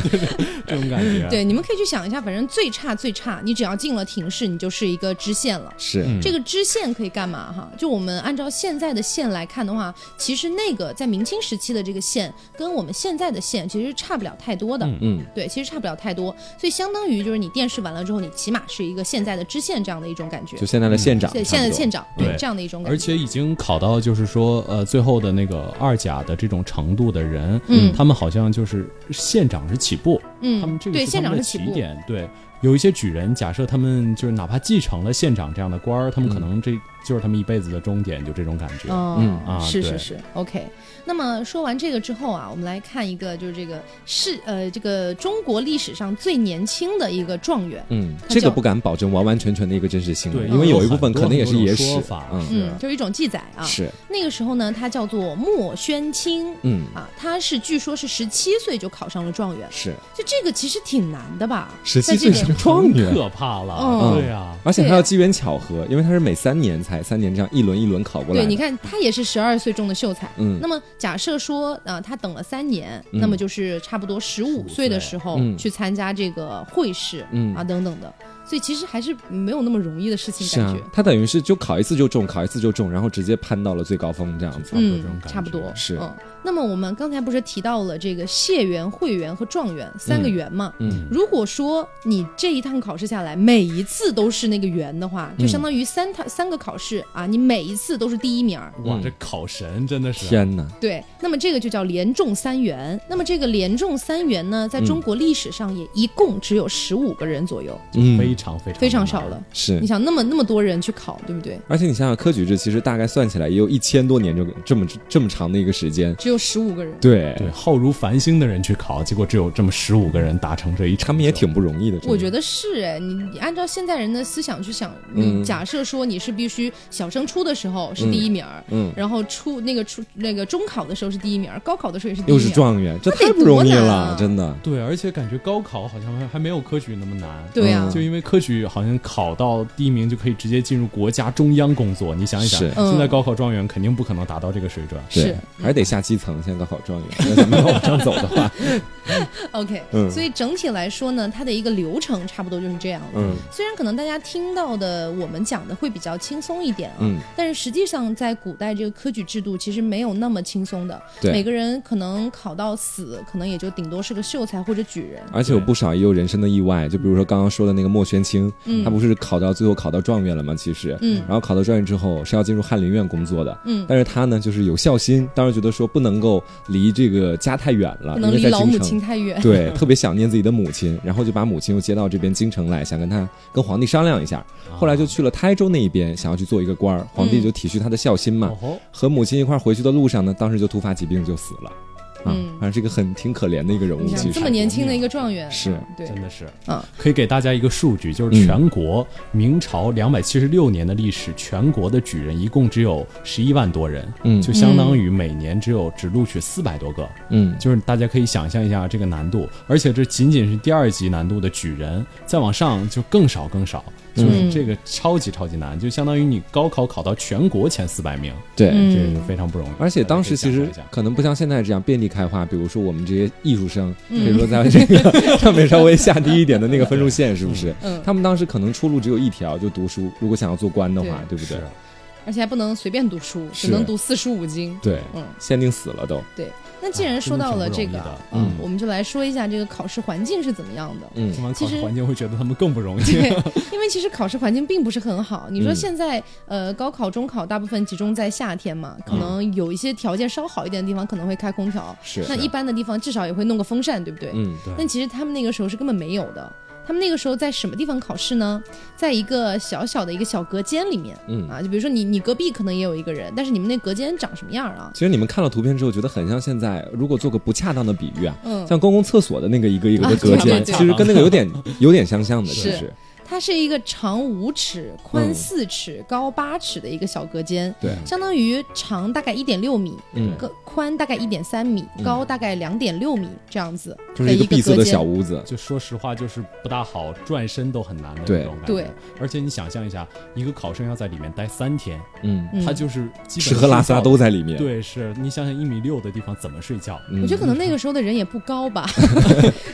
[SPEAKER 1] 这种感觉。啊
[SPEAKER 2] 对，你们可以去想一下，反正最差最差，你只要进了廷试，你就是一个知县了。
[SPEAKER 3] 是
[SPEAKER 1] 嗯，
[SPEAKER 2] 这个知县可以干嘛哈？就我们按照现在的县来看的话，其实那个在明清时期的这个县，跟我们现在的县其实差不了太多的。
[SPEAKER 1] 嗯
[SPEAKER 3] 嗯
[SPEAKER 2] 对，其实差不了太多，所以相当于就是你电视完了之后，你起码是一个现在的知县这样的一种感觉
[SPEAKER 3] 就，现在的县长，
[SPEAKER 2] 嗯对，现在的县
[SPEAKER 3] 长，
[SPEAKER 2] 长，对
[SPEAKER 1] 对
[SPEAKER 2] 这样的一种感
[SPEAKER 1] 而
[SPEAKER 2] 觉，
[SPEAKER 1] 且已经考到就是说，呃，最后的那个二甲的这种程度的人，
[SPEAKER 2] 嗯
[SPEAKER 1] 他们好像就是县长是起步，他
[SPEAKER 2] 嗯
[SPEAKER 1] 们这，个
[SPEAKER 2] 对，
[SPEAKER 1] 是
[SPEAKER 2] 县
[SPEAKER 1] 他
[SPEAKER 2] 长
[SPEAKER 1] 们
[SPEAKER 2] 是
[SPEAKER 1] 的
[SPEAKER 2] 起
[SPEAKER 1] 起
[SPEAKER 2] 步，
[SPEAKER 1] 点。对，有一些举人，假设他们就是哪怕继承了县长这样的官儿，他们可能这就是他们一辈子的终点，就这种感觉。
[SPEAKER 2] 哦，
[SPEAKER 3] 嗯
[SPEAKER 1] 啊
[SPEAKER 2] 是是
[SPEAKER 1] 对
[SPEAKER 2] 是，OK。那么说完这个之后啊，我们来看一个就是这个是呃这个中国历史上最年轻的一个状元，
[SPEAKER 3] 嗯，
[SPEAKER 2] 他
[SPEAKER 3] 这个
[SPEAKER 2] 叫
[SPEAKER 3] 不敢保证完完全全的一个真实性，
[SPEAKER 1] 对
[SPEAKER 3] 因为
[SPEAKER 2] 因为
[SPEAKER 3] 有一
[SPEAKER 1] 有
[SPEAKER 3] 部分
[SPEAKER 1] 很多
[SPEAKER 3] 可能也是野
[SPEAKER 1] 很多
[SPEAKER 3] 史
[SPEAKER 1] 种说法，
[SPEAKER 3] 嗯，
[SPEAKER 1] 是
[SPEAKER 2] 嗯，就是一种记载啊。
[SPEAKER 3] 是，
[SPEAKER 2] 那个时候呢，他叫做莫宣清。
[SPEAKER 3] 嗯
[SPEAKER 2] 啊，他是据说是十七岁就考上了状元，
[SPEAKER 3] 是，
[SPEAKER 2] 就这个其实挺难的吧？
[SPEAKER 3] 十
[SPEAKER 2] 在
[SPEAKER 3] 七
[SPEAKER 2] 这
[SPEAKER 3] 岁
[SPEAKER 2] 个
[SPEAKER 3] 是状元
[SPEAKER 1] 很，可怕了，
[SPEAKER 2] 嗯
[SPEAKER 1] 对啊。
[SPEAKER 3] 而且还要机缘巧合，因为他是每三年才三年这样一轮一轮考过来
[SPEAKER 2] 对，
[SPEAKER 3] 的。
[SPEAKER 2] 你看他也是十二岁中的秀才。
[SPEAKER 3] 嗯
[SPEAKER 2] 那么假设说啊、他等了三年，
[SPEAKER 3] 嗯
[SPEAKER 2] 那么就是差不多十五岁的时候
[SPEAKER 3] 嗯
[SPEAKER 2] 去参加这个会试、
[SPEAKER 3] 嗯
[SPEAKER 2] 啊等等的。所以其实还是没有那么容易的事情，
[SPEAKER 3] 是
[SPEAKER 2] 感
[SPEAKER 3] 啊
[SPEAKER 2] 觉，
[SPEAKER 3] 他等于是就考一次就中，考一次就中，然后直接攀到了最高峰这样子。
[SPEAKER 1] 嗯差不多
[SPEAKER 2] 嗯
[SPEAKER 1] 这种感，觉
[SPEAKER 2] 差不多
[SPEAKER 3] 是
[SPEAKER 2] 嗯，那么我们刚才不是提到了这个解元、会元和状元三个元嘛？
[SPEAKER 3] 嗯
[SPEAKER 2] 如果说你这一趟考试下来，每一次都是那个元的话，
[SPEAKER 3] 嗯
[SPEAKER 2] 就相当于三趟、三个考试啊，你每一次都是第一名儿。
[SPEAKER 1] 哇，
[SPEAKER 3] 嗯
[SPEAKER 1] 这考神真的是啊，
[SPEAKER 3] 天哪，
[SPEAKER 2] 对，那么这个就叫连中三元。那么这个连中三元呢，在中国历史上也一共只有十五个人左右，
[SPEAKER 1] 非
[SPEAKER 3] 嗯，
[SPEAKER 1] 常非常
[SPEAKER 2] 非常
[SPEAKER 1] 难
[SPEAKER 2] 少了。。
[SPEAKER 3] 是
[SPEAKER 2] 你。想那么那么多人去考，对不对？
[SPEAKER 3] 而且你想想，科举制其实大概算起来也有一千多年，就这么这么长的一个时间。
[SPEAKER 2] 只有十五个人。
[SPEAKER 3] 对，啊
[SPEAKER 1] 对，浩如繁星的人去考，结果只有这么十五个人达成这一成就，
[SPEAKER 3] 他们也挺不容易的。
[SPEAKER 2] 我觉
[SPEAKER 3] 得
[SPEAKER 2] 得是哎，你你按照现代人的思想去想，
[SPEAKER 3] 嗯
[SPEAKER 2] 你假设说你是必须小升初的时候是第一名儿，
[SPEAKER 3] 嗯，
[SPEAKER 2] 然后初那个初那个中考的时候是第一名儿，高考的时候也是第一
[SPEAKER 3] 又
[SPEAKER 2] 名
[SPEAKER 3] 是
[SPEAKER 2] 儿，
[SPEAKER 3] 状元，这
[SPEAKER 2] 那
[SPEAKER 3] 太
[SPEAKER 2] 得
[SPEAKER 3] 不容易
[SPEAKER 2] 多难
[SPEAKER 3] 了，
[SPEAKER 2] 啊
[SPEAKER 3] 真的。
[SPEAKER 1] 对，而且感觉高考好像还还没有科举那么难。
[SPEAKER 2] 对呀、
[SPEAKER 3] 嗯
[SPEAKER 1] 就因为科举好像考到第一名就可以直接进入国家中央工作，你想一想，
[SPEAKER 3] 是
[SPEAKER 1] 现在高考状元肯定不可能达到这个水准。
[SPEAKER 3] 对
[SPEAKER 2] 是
[SPEAKER 3] 还是得下基层，现在高考状元，那咱们要往上走的话，
[SPEAKER 2] OK，、
[SPEAKER 3] 嗯
[SPEAKER 2] 所以整体来说呢，它的一个流程差不多就是这样 的。
[SPEAKER 3] 嗯
[SPEAKER 2] 虽然可能大家听到的我们讲的会比较轻松一点啊，
[SPEAKER 3] 嗯，
[SPEAKER 2] 但是实际上在古代这个科举制度其实没有那么轻松的，每
[SPEAKER 3] 对。
[SPEAKER 2] 个人可能考到死，可能也就顶多是个秀才或者举人。
[SPEAKER 3] 而且有不少也有人生的意外，就比如说刚刚说的那个莫玄清，
[SPEAKER 2] 嗯
[SPEAKER 3] 他不是考到最后考到状元了吗？其实，
[SPEAKER 2] 嗯
[SPEAKER 3] 然后考到状元之后是要进入翰林院工作的，
[SPEAKER 2] 嗯
[SPEAKER 3] 但是他呢就是有孝心，当时觉得说不能够离这个家太远了，
[SPEAKER 2] 不
[SPEAKER 3] 因
[SPEAKER 2] 能
[SPEAKER 3] 为
[SPEAKER 2] 离
[SPEAKER 3] 在
[SPEAKER 2] 老
[SPEAKER 3] 京
[SPEAKER 2] 母
[SPEAKER 3] 城
[SPEAKER 2] 亲，太远。
[SPEAKER 3] 对，特别想念自己的母亲，然后就把母亲又接到这边京城来，想跟他跟皇帝商量一下，
[SPEAKER 2] 哦
[SPEAKER 3] 后来就去了台州那一边，想要去做一个官儿，皇帝就体恤他的孝心嘛，
[SPEAKER 2] 嗯
[SPEAKER 1] 哦吼，
[SPEAKER 3] 和母亲一块儿回去的路上呢，当时就突发疾病就死了，啊，
[SPEAKER 2] 嗯
[SPEAKER 3] 反正是一个很挺可怜的一个人物，
[SPEAKER 2] 你
[SPEAKER 3] 其
[SPEAKER 2] 想
[SPEAKER 3] 实
[SPEAKER 2] 这么年轻的一个状元，
[SPEAKER 3] 嗯是
[SPEAKER 2] 对，
[SPEAKER 1] 真的是，
[SPEAKER 2] 嗯
[SPEAKER 1] 可以给大家一个数据，就是全国明朝两百七十六年的历史，全国的举人一共只有十一万多人，
[SPEAKER 3] 嗯
[SPEAKER 1] 就相当于每年只有只录取四百多个，
[SPEAKER 3] 嗯，
[SPEAKER 1] 就是大家可以想象一下这个难度，而且这仅仅是第二级难度的举人，再往上就更少更少，就是
[SPEAKER 2] 嗯
[SPEAKER 1] 这个超级超级难，就相当于你高考考到全国前四百名，
[SPEAKER 3] 对。
[SPEAKER 1] 这
[SPEAKER 2] 嗯
[SPEAKER 1] 个就非常不容易。
[SPEAKER 3] 而且当时其
[SPEAKER 1] 大
[SPEAKER 3] 实
[SPEAKER 1] 家可以想象一下
[SPEAKER 3] 可能不像现在这样遍地开花，比如说我们这些艺术生，
[SPEAKER 2] 嗯
[SPEAKER 3] 比如说在这个 上面稍微下低一点的那个分数线，是不是？
[SPEAKER 2] 嗯，
[SPEAKER 3] 他们当时可能出路只有一条，就读书。如果想要做官的话，对不对
[SPEAKER 1] 是？
[SPEAKER 2] 而且还不能随便读书，只
[SPEAKER 3] 是
[SPEAKER 2] 能读四书五经。
[SPEAKER 3] 对，
[SPEAKER 2] 嗯，
[SPEAKER 3] 限定死了都。
[SPEAKER 2] 对。那既然说到了这个啊，
[SPEAKER 1] 真的挺不容易的
[SPEAKER 3] 嗯
[SPEAKER 2] 我们就来说一下这个考试环境是怎么样的。
[SPEAKER 3] 嗯
[SPEAKER 1] 听完考
[SPEAKER 2] 其
[SPEAKER 1] 试
[SPEAKER 2] 实
[SPEAKER 1] 环境会觉得他们更不容易。
[SPEAKER 2] 对，因为其实考试环境并不是很好。你说
[SPEAKER 3] 嗯
[SPEAKER 2] 现在、呃，高考、中考大部分集中在夏天嘛，
[SPEAKER 3] 嗯
[SPEAKER 2] 可能有一些条件稍好一点的地方可能会开空调，
[SPEAKER 3] 是
[SPEAKER 2] 那一般的地方至少也会弄个风扇，对不对？
[SPEAKER 3] 嗯，
[SPEAKER 1] 对
[SPEAKER 2] 但其实他们那个时候是根本没有的。他们那个时候在什么地方考试呢？在一个小小的一个小隔间里面，
[SPEAKER 3] 嗯
[SPEAKER 2] 啊，就比如说你你隔壁可能也有一个人，但是你们那隔间长什么样啊？
[SPEAKER 3] 其实你们看了图片之后，觉得很像现在，如果做个不恰当的比喻啊，
[SPEAKER 2] 嗯，
[SPEAKER 3] 像公共厕所的那个一个一个的
[SPEAKER 2] 啊
[SPEAKER 3] 隔
[SPEAKER 2] 对
[SPEAKER 3] 间，
[SPEAKER 2] 对对
[SPEAKER 3] 其实跟那个有点 有点相像的，
[SPEAKER 2] 是
[SPEAKER 3] 其实
[SPEAKER 2] 它是一个长五尺、
[SPEAKER 3] 嗯
[SPEAKER 2] 宽四尺、高八尺的一个小隔间，
[SPEAKER 3] 对，
[SPEAKER 2] 相当于长大概一点六米，
[SPEAKER 3] 嗯，
[SPEAKER 2] 高宽大概一点三米，
[SPEAKER 3] 嗯
[SPEAKER 2] 高大概两点六米这样子
[SPEAKER 3] 就是
[SPEAKER 2] 的
[SPEAKER 3] 一个
[SPEAKER 2] 个
[SPEAKER 3] 闭塞
[SPEAKER 2] 隔
[SPEAKER 3] 的小
[SPEAKER 2] 间。
[SPEAKER 3] 屋子，
[SPEAKER 1] 就说实话，就是不大好，转身都很难的
[SPEAKER 3] 对
[SPEAKER 1] 那种感觉。
[SPEAKER 2] 对，
[SPEAKER 1] 而且你想象一下，一个考生要在里面待三天，
[SPEAKER 3] 嗯，
[SPEAKER 2] 嗯
[SPEAKER 1] 他就是基本
[SPEAKER 3] 吃喝拉撒都在里面，，
[SPEAKER 1] 对，是你想想一米六的地方怎么睡觉？
[SPEAKER 3] 嗯
[SPEAKER 2] 我觉得可能那个时候的人也不高 吧，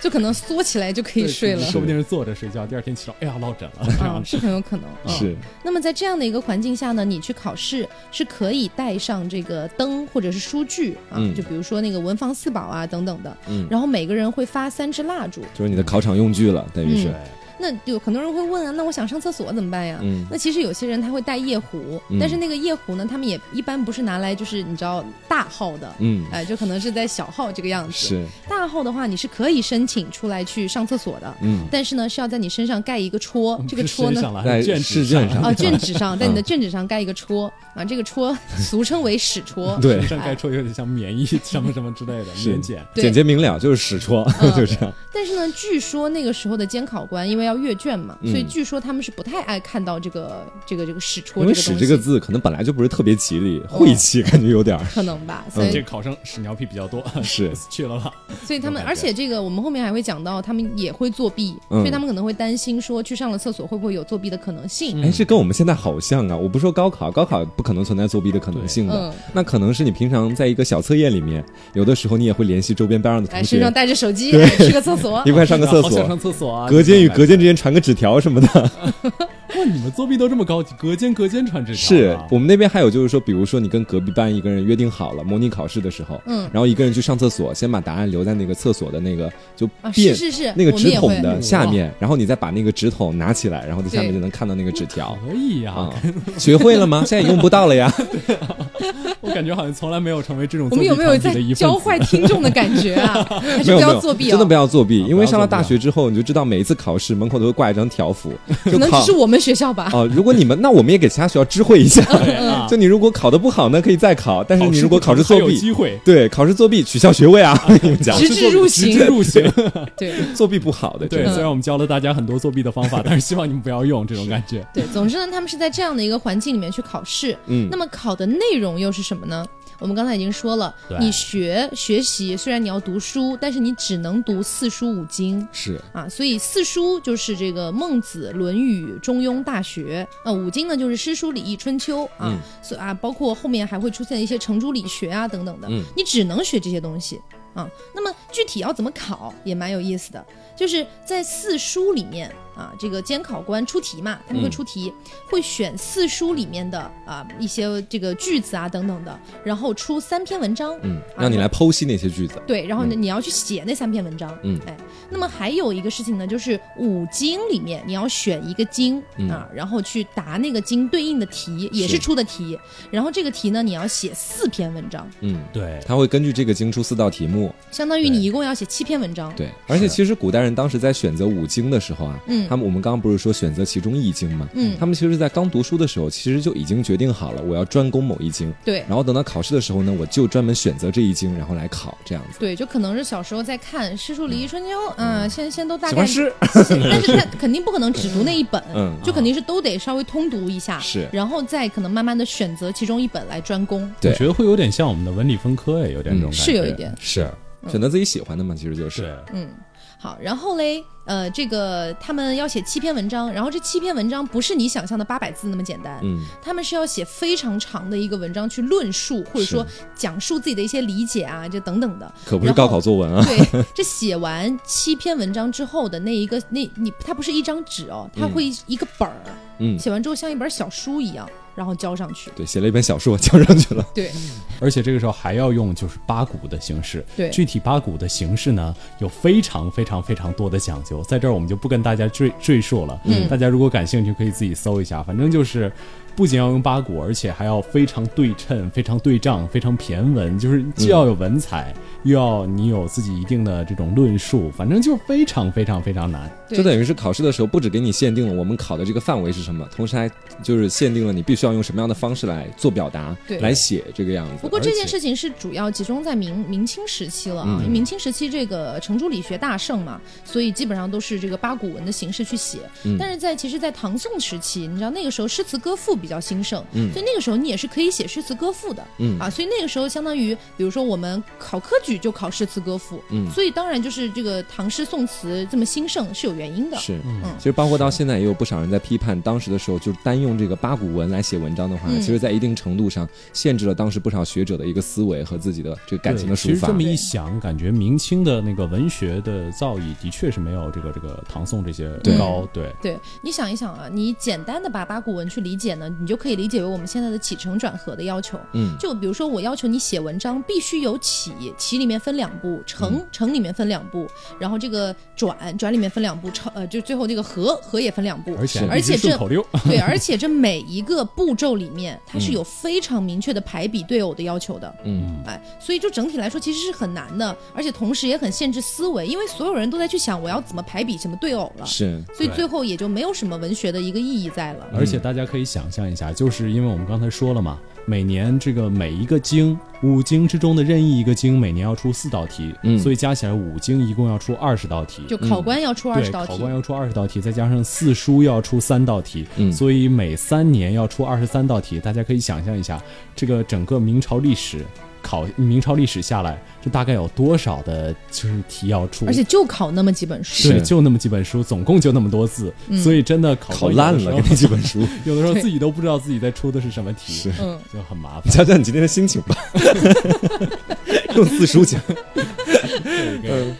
[SPEAKER 2] 就可能缩起来就可以睡了
[SPEAKER 1] 说不定是坐着睡觉，第二天起床，哎呀落枕了，这
[SPEAKER 2] 啊
[SPEAKER 1] 样，
[SPEAKER 2] 是很有可能。啊
[SPEAKER 3] 是
[SPEAKER 2] 那么在这样的一个环境下呢，你去考试是可以带上这个灯或者是书具啊
[SPEAKER 3] 嗯，
[SPEAKER 2] 就比如说那个文房四宝啊等等的。
[SPEAKER 3] 嗯，
[SPEAKER 2] 然后每个人会发三支蜡烛。
[SPEAKER 3] 就是你的考场用具了，等于
[SPEAKER 2] 嗯
[SPEAKER 3] 是
[SPEAKER 1] 对，
[SPEAKER 2] 那有很多人会问啊，那我想上厕所怎么办呀？
[SPEAKER 3] 嗯
[SPEAKER 2] 那其实有些人他会带夜壶，
[SPEAKER 3] 嗯
[SPEAKER 2] 但是那个夜壶呢，他们也一般不是拿来就是你知道大号的，
[SPEAKER 3] 嗯
[SPEAKER 2] 哎、就可能是在小号这个样子。
[SPEAKER 3] 是
[SPEAKER 2] 大号的话，你是可以申请出来去上厕所的，
[SPEAKER 3] 嗯
[SPEAKER 2] 但是呢，是要在你身上盖一个戳，这个
[SPEAKER 1] 嗯不是
[SPEAKER 2] 戳
[SPEAKER 1] 身
[SPEAKER 2] 呢。
[SPEAKER 1] 上了，
[SPEAKER 3] 在
[SPEAKER 1] 还是卷
[SPEAKER 3] 试
[SPEAKER 1] 纸
[SPEAKER 3] 卷上
[SPEAKER 1] 啊上，
[SPEAKER 2] 啊，卷纸上，在你的
[SPEAKER 3] 嗯
[SPEAKER 2] 卷纸上盖一个戳啊，这个戳俗称为屎戳，
[SPEAKER 3] 对
[SPEAKER 1] 上盖戳有点像棉衣什么什么之类的
[SPEAKER 3] 是
[SPEAKER 1] 棉剪。
[SPEAKER 2] 对
[SPEAKER 3] 简洁明了，就是屎戳，
[SPEAKER 2] 嗯
[SPEAKER 3] 就这样，
[SPEAKER 2] 但是呢，据说那个时候的监考官因为要阅卷嘛，
[SPEAKER 3] 嗯
[SPEAKER 2] 所以据说他们是不太爱看到这个这个这个屎戳
[SPEAKER 3] 因
[SPEAKER 2] 这
[SPEAKER 3] 为
[SPEAKER 2] 个
[SPEAKER 3] 屎
[SPEAKER 2] 东
[SPEAKER 3] 这个
[SPEAKER 2] 西，哦
[SPEAKER 3] 字可能本来就不是特别吉利，晦气感觉有点儿
[SPEAKER 2] 可能吧。所
[SPEAKER 1] 这
[SPEAKER 2] 以
[SPEAKER 1] 个
[SPEAKER 3] 嗯
[SPEAKER 1] 考生屎尿屁比较多，
[SPEAKER 3] 是
[SPEAKER 1] 去了吧？
[SPEAKER 2] 所以他们，
[SPEAKER 1] 有感觉
[SPEAKER 2] 而且这个我们后面还会讲到，他们也会作弊，
[SPEAKER 3] 嗯
[SPEAKER 2] 所以他们可能会担心说去上了厕所会不会有作弊的可能性。
[SPEAKER 3] 哎，这跟我们现在好像啊！我不说高考，高考不可能存在作弊的可能性的
[SPEAKER 2] 嗯，
[SPEAKER 3] 那可能是你平常在一个小测验里面，有的时候你也会联系周边班上的
[SPEAKER 2] 来
[SPEAKER 3] 同
[SPEAKER 2] 哎身上
[SPEAKER 3] 学，
[SPEAKER 2] 带着手机
[SPEAKER 3] 对
[SPEAKER 2] 哎去个厕所
[SPEAKER 3] 一，块上个厕
[SPEAKER 1] 好想
[SPEAKER 3] 所，
[SPEAKER 1] 上厕所啊！
[SPEAKER 3] 隔间与隔
[SPEAKER 1] 间
[SPEAKER 3] 之间传个纸条什么的。
[SPEAKER 1] 哇，你们作弊都这么高级，隔间隔间传纸条
[SPEAKER 3] 是
[SPEAKER 1] 啊
[SPEAKER 3] 我们那边还有就是说，比如说你跟隔壁班一个人约定好了，模拟考试的时候，
[SPEAKER 2] 嗯
[SPEAKER 3] 然后一个人去上厕所，先把答案留在那个厕所的那个就
[SPEAKER 2] 啊，
[SPEAKER 3] 便
[SPEAKER 2] 是是是，
[SPEAKER 3] 那个
[SPEAKER 2] 我们
[SPEAKER 3] 纸
[SPEAKER 2] 也
[SPEAKER 3] 筒
[SPEAKER 2] 会啊
[SPEAKER 3] 的下面，然后你再把那个纸筒拿起来，然后在下面
[SPEAKER 2] 对
[SPEAKER 3] 就能看到那个纸 条。
[SPEAKER 1] 可以呀、
[SPEAKER 3] 啊，学会了吗？现在也用不到了呀。
[SPEAKER 1] 我感觉好像从来没有成为这种
[SPEAKER 2] 我
[SPEAKER 1] 作
[SPEAKER 2] 们
[SPEAKER 1] 弊
[SPEAKER 2] 有没有
[SPEAKER 1] 团体
[SPEAKER 2] 在
[SPEAKER 1] 的一份
[SPEAKER 2] 教
[SPEAKER 1] 子
[SPEAKER 2] 坏听众的感觉 啊？还
[SPEAKER 3] 没
[SPEAKER 2] 是
[SPEAKER 3] 有没
[SPEAKER 2] 不要
[SPEAKER 3] 有
[SPEAKER 2] 作弊啊！
[SPEAKER 3] 真的不要作弊，
[SPEAKER 1] 啊
[SPEAKER 3] 因为上了
[SPEAKER 1] 不要作弊啊
[SPEAKER 3] 大学之后，你就知道每一次考试门口都会挂一张条幅，就
[SPEAKER 2] 可能
[SPEAKER 3] 考
[SPEAKER 2] 只是我们学校吧。
[SPEAKER 3] 哦。如果你们，那我们也给其他学校知会 一下。
[SPEAKER 1] 对啊
[SPEAKER 3] 就你如果考得不好呢，可以再考；
[SPEAKER 2] 嗯
[SPEAKER 3] 但是你如果考试
[SPEAKER 1] 还
[SPEAKER 3] 作
[SPEAKER 1] 有
[SPEAKER 3] 弊，
[SPEAKER 1] 机会，
[SPEAKER 3] 对，考试作弊取消学位啊！ 我跟你们讲
[SPEAKER 2] 其， 实直至入刑嗯
[SPEAKER 1] 直至 入刑。
[SPEAKER 2] 对
[SPEAKER 3] 作弊不好的，真
[SPEAKER 1] 对，
[SPEAKER 3] 的
[SPEAKER 1] 虽然我们教了大家很多作弊的方法，但是希望你们不要用这种感觉。
[SPEAKER 2] 对，总之呢，他们是在这样的一个环境里面去考试。
[SPEAKER 3] 嗯
[SPEAKER 2] 那么考的内容又是什么呢？我们刚才已经说了
[SPEAKER 1] 对，
[SPEAKER 2] 你学学习虽然你要读书，但是你只能读四书五经
[SPEAKER 3] 是
[SPEAKER 2] 啊，所以四书就是这个《孟子》《论语》《中庸》《大学》，呃，五经呢就是《诗》《书》《礼》《易》《春秋》啊，
[SPEAKER 3] 嗯
[SPEAKER 2] 所以啊，包括后面还会出现一些程朱理学啊等等的，
[SPEAKER 3] 嗯
[SPEAKER 2] 你只能学这些东西啊。那么具体要怎么考也蛮有意思的，就是在四书里面啊，这个监考官出题嘛，他们会
[SPEAKER 3] 嗯
[SPEAKER 2] 出题，会选四书里面的啊一些这个句子啊等等的，然后出三篇文章，
[SPEAKER 3] 嗯，
[SPEAKER 2] 啊
[SPEAKER 3] 让你来剖析那些句子，
[SPEAKER 2] 对，然后呢，你要去写那三篇文章。
[SPEAKER 3] 嗯
[SPEAKER 2] 哎，那么还有一个事情呢，就是五经里面你要选一个经、
[SPEAKER 3] 嗯
[SPEAKER 2] 啊，然后去答那个经对应的题，也
[SPEAKER 3] 是
[SPEAKER 2] 是出的题。然后这个题呢，你要写四篇文章，
[SPEAKER 3] 嗯，
[SPEAKER 1] 对，
[SPEAKER 3] 他会根据这个经出四道题目，
[SPEAKER 2] 相当于你一共要写七篇文章。
[SPEAKER 3] 对，而且其实古代人当时在选择五经的时候啊，
[SPEAKER 2] 嗯
[SPEAKER 3] 他们我们刚刚不是说选择其中一经嘛，
[SPEAKER 2] 嗯
[SPEAKER 3] 他们其实，在刚读书的时候，其实就已经决定好了，我要专攻某一经，
[SPEAKER 2] 对
[SPEAKER 3] 然后等到考试的时候呢，我就专门选择这一经，然后来考这样子。
[SPEAKER 2] 对，就可能是小时候在看《诗书礼易春秋》
[SPEAKER 3] 嗯
[SPEAKER 2] 啊，现在现在都大
[SPEAKER 3] 喜
[SPEAKER 2] 概
[SPEAKER 3] 欢，诗，
[SPEAKER 2] 现但是他肯定不可能只读那一本，
[SPEAKER 3] 嗯
[SPEAKER 2] 就肯定是都得稍微通读一下，
[SPEAKER 3] 是
[SPEAKER 2] 然后再可能慢慢的选择其中一本来专攻，
[SPEAKER 3] 对
[SPEAKER 1] 我觉得会有点像我们的文理分科，哎，有点这种感
[SPEAKER 3] 嗯
[SPEAKER 1] 觉，
[SPEAKER 2] 是有一 点。
[SPEAKER 3] 是选择自己喜欢的嘛，其实就是
[SPEAKER 1] 对，
[SPEAKER 2] 嗯，好，然后嘞，呃，这个他们要写七篇文章，然后这七篇文章不是你想象的八百字那么简单，
[SPEAKER 3] 嗯
[SPEAKER 2] 他们是要写非常长的一个文章去论述，或者说讲述自己的一些理解啊，这等 等的。
[SPEAKER 3] 可不是高考作文啊，
[SPEAKER 2] 对，这写完七篇文章之后的那一个，那你它不是一张纸哦，它会一个本儿，
[SPEAKER 3] 嗯，
[SPEAKER 2] 写完之后像一本小书一样，然后交上去。
[SPEAKER 3] 对，写了一本小说交上去了，
[SPEAKER 2] 对
[SPEAKER 1] 而且这个时候还要用就是八股的形式。
[SPEAKER 2] 对
[SPEAKER 1] 具体八股的形式呢，有非常非常非常多的讲究，在这儿我们就不跟大家赘赘述了。
[SPEAKER 2] 嗯
[SPEAKER 1] 大家如果感兴趣，可以自己搜一下。反正就是，不仅要用八股，而且还要非常对称、非常对仗、非常骈文，就是既要有文采，又要你有自己一定的这种论述，反正就是非常非常非常难。
[SPEAKER 2] 对
[SPEAKER 3] 就等于是考试的时候，不只给你限定了我们考的这个范围是什么，同时还就是限定了你必须要用什么样的方式来做表达，
[SPEAKER 2] 对
[SPEAKER 3] 来写这个样子。
[SPEAKER 2] 不过这件
[SPEAKER 3] 而且
[SPEAKER 2] 事情是主要集中在明明清时期了啊，
[SPEAKER 3] 嗯
[SPEAKER 2] 因为明清时期这个程朱理学大盛嘛，所以基本上都是这个八股文的形式去写。
[SPEAKER 3] 嗯
[SPEAKER 2] 但是在其实，在唐宋时期，你知道那个时候诗词歌赋比较兴盛，所以那个时候你也是可以写诗词歌赋的。
[SPEAKER 3] 嗯
[SPEAKER 2] 啊，所以那个时候相当于，比如说我们考科举就考诗词歌赋，
[SPEAKER 3] 嗯
[SPEAKER 2] 所以当然就是这个唐诗宋词这么兴盛是有原因的。
[SPEAKER 3] 是，
[SPEAKER 1] 嗯
[SPEAKER 3] 其实包括到现在也有不少人在批判当时的时候，就是单用这个八股文来写文章的话，
[SPEAKER 2] 嗯
[SPEAKER 3] 其实在一定程度上限制了当时不少学者的一个思维和自己的这个感情的
[SPEAKER 1] 对
[SPEAKER 3] 抒
[SPEAKER 1] 其实
[SPEAKER 3] 发
[SPEAKER 1] 这。么
[SPEAKER 2] 对
[SPEAKER 1] 一想，感觉明清的那个文学的造诣的确是没有这个这个唐宋这些
[SPEAKER 3] 对
[SPEAKER 1] 高。对，
[SPEAKER 2] 对，你想一想啊，你简单的把八股文去理解呢，你就可以理解为我们现在的起承转合的要求。
[SPEAKER 3] 嗯
[SPEAKER 2] 就比如说，我要求你写文章必须有起，起里面分两步，承
[SPEAKER 1] 嗯
[SPEAKER 2] 承里面分两步，然后这个转转里面分两步，承呃就最后这个合合也分两步。
[SPEAKER 1] 而且
[SPEAKER 3] 是
[SPEAKER 1] 还
[SPEAKER 2] 而且
[SPEAKER 1] 一直顺
[SPEAKER 2] 这
[SPEAKER 1] 口溜，
[SPEAKER 3] 嗯
[SPEAKER 2] 对，而且这每一个步骤里 面，它
[SPEAKER 1] 嗯
[SPEAKER 2] 是有非常明确的排比对偶的要求的。
[SPEAKER 3] 嗯，
[SPEAKER 2] 哎，所以就整体来说其实是很难的，而且同时也很限制思维，因为所有人都在去想我要怎么排比什么对偶了，
[SPEAKER 3] 是，
[SPEAKER 2] 所以
[SPEAKER 1] 对
[SPEAKER 2] 最后也就没有什么文学的一个意义在了。
[SPEAKER 1] 而且大家可以想象一下，就是因为我们刚才说了嘛，每年这个每一个经五经之中的任意一个经，每年要出四道题，
[SPEAKER 3] 嗯
[SPEAKER 1] 所以加起来五经一共要出二十道题。
[SPEAKER 2] 就考官要出二
[SPEAKER 1] 对
[SPEAKER 2] 十，道
[SPEAKER 1] 考
[SPEAKER 2] 题，
[SPEAKER 1] 官要出二十道题，再加上四书要出三道题，
[SPEAKER 3] 嗯
[SPEAKER 1] 所以每三年要出二十三道题。大家可以想象一下，这个整个明朝历史考明朝历史下来，这大概有多少的就是题要出？
[SPEAKER 2] 而且就考那么几本书。
[SPEAKER 1] 对，
[SPEAKER 3] 是嗯
[SPEAKER 1] 就那么几本书，总共就那么多字，所以真的考
[SPEAKER 3] 考
[SPEAKER 1] 官有
[SPEAKER 3] 烂
[SPEAKER 1] 的时
[SPEAKER 3] 了，
[SPEAKER 1] 候
[SPEAKER 3] 给你几本书。
[SPEAKER 1] 有的时候
[SPEAKER 2] 对
[SPEAKER 1] 自己都不知道自己在出的是什么题，
[SPEAKER 3] 是
[SPEAKER 2] 嗯，
[SPEAKER 1] 就很麻烦。
[SPEAKER 3] 讲讲你今天的心情吧，用四书讲。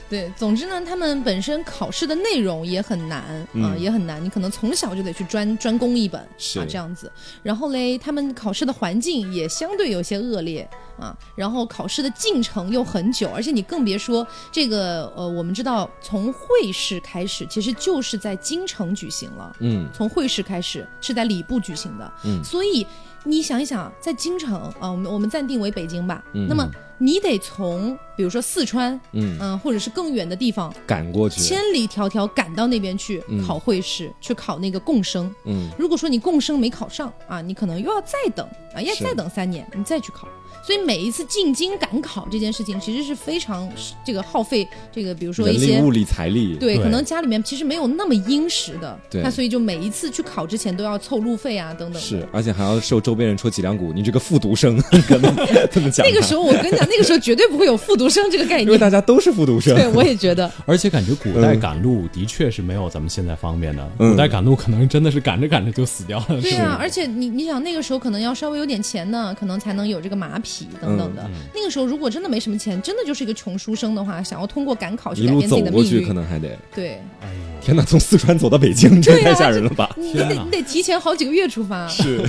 [SPEAKER 2] 对，总之呢，他们本身考试的内容也很难啊、
[SPEAKER 3] 嗯
[SPEAKER 2] 也很难。你可能从小就得去专专攻一本
[SPEAKER 3] 是
[SPEAKER 2] 啊，这样子。然后嘞，他们考试的环境也相对有些恶劣啊，然后考试的进程又很久，而且你更别说这个呃，我们知道从会试开始，其实就是在京城举行了。
[SPEAKER 3] 嗯
[SPEAKER 2] 从会试开始是在礼部举行的，
[SPEAKER 3] 嗯
[SPEAKER 2] 所以你想一想，在京城啊，我们我们暂定为北京吧，
[SPEAKER 3] 嗯
[SPEAKER 2] 那么你得从比如说四川，
[SPEAKER 3] 嗯，
[SPEAKER 2] 嗯、或者是更远的地方，
[SPEAKER 3] 赶过去，
[SPEAKER 2] 千里迢迢赶到那边去
[SPEAKER 3] 嗯
[SPEAKER 2] 考会试，去考那个共生。
[SPEAKER 3] 嗯
[SPEAKER 2] 如果说你共生没考上啊，你可能又要再等啊，要
[SPEAKER 3] 是
[SPEAKER 2] 再等三年，你再去考。所以每一次进京赶考这件事情，其实是非常这个耗费这个，比如说
[SPEAKER 3] 人
[SPEAKER 2] 一
[SPEAKER 3] 力
[SPEAKER 2] 些
[SPEAKER 3] 物力财力，
[SPEAKER 2] 对，
[SPEAKER 1] 对
[SPEAKER 2] 可能家里面其实没有那么殷实的，
[SPEAKER 3] 对
[SPEAKER 2] 那所以就每一次去考之前都要凑路费啊等等的。
[SPEAKER 3] 是，而且还要受周边人戳脊梁骨，你这个复读 生，可能 这么讲他，
[SPEAKER 2] 那个时候我跟你讲，那个时候绝对不会有复读生这个概
[SPEAKER 3] 因为
[SPEAKER 2] 念。
[SPEAKER 3] 大家都是复读生，
[SPEAKER 2] 对，我也觉得，
[SPEAKER 1] 而且感觉古代
[SPEAKER 3] 嗯
[SPEAKER 1] 赶路的确是没有咱们现在方便的，
[SPEAKER 3] 嗯
[SPEAKER 1] 古代赶路可能真的是赶着赶着就死掉了。
[SPEAKER 2] 对
[SPEAKER 1] 是不
[SPEAKER 2] 啊
[SPEAKER 1] 是，
[SPEAKER 2] 而且你你想那个时候可能要稍微有点钱呢，可能才能有这个马匹等等的。
[SPEAKER 3] 嗯
[SPEAKER 2] 那个时候如果真的没什么钱，真的就是一个穷书生的话，想要通过 赶考去
[SPEAKER 3] 一
[SPEAKER 2] 改
[SPEAKER 3] 路
[SPEAKER 2] 变自
[SPEAKER 3] 走
[SPEAKER 2] 己的
[SPEAKER 3] 过
[SPEAKER 2] 命
[SPEAKER 3] 去可
[SPEAKER 2] 运，
[SPEAKER 3] 能还得，
[SPEAKER 2] 对，
[SPEAKER 1] 哎呦，
[SPEAKER 3] 天哪，从四川走到北京，这
[SPEAKER 2] 对啊
[SPEAKER 3] 太吓人了吧？
[SPEAKER 2] 你
[SPEAKER 1] 天
[SPEAKER 2] 得
[SPEAKER 1] 哪
[SPEAKER 2] 你得提前好几个月出发。
[SPEAKER 3] 是，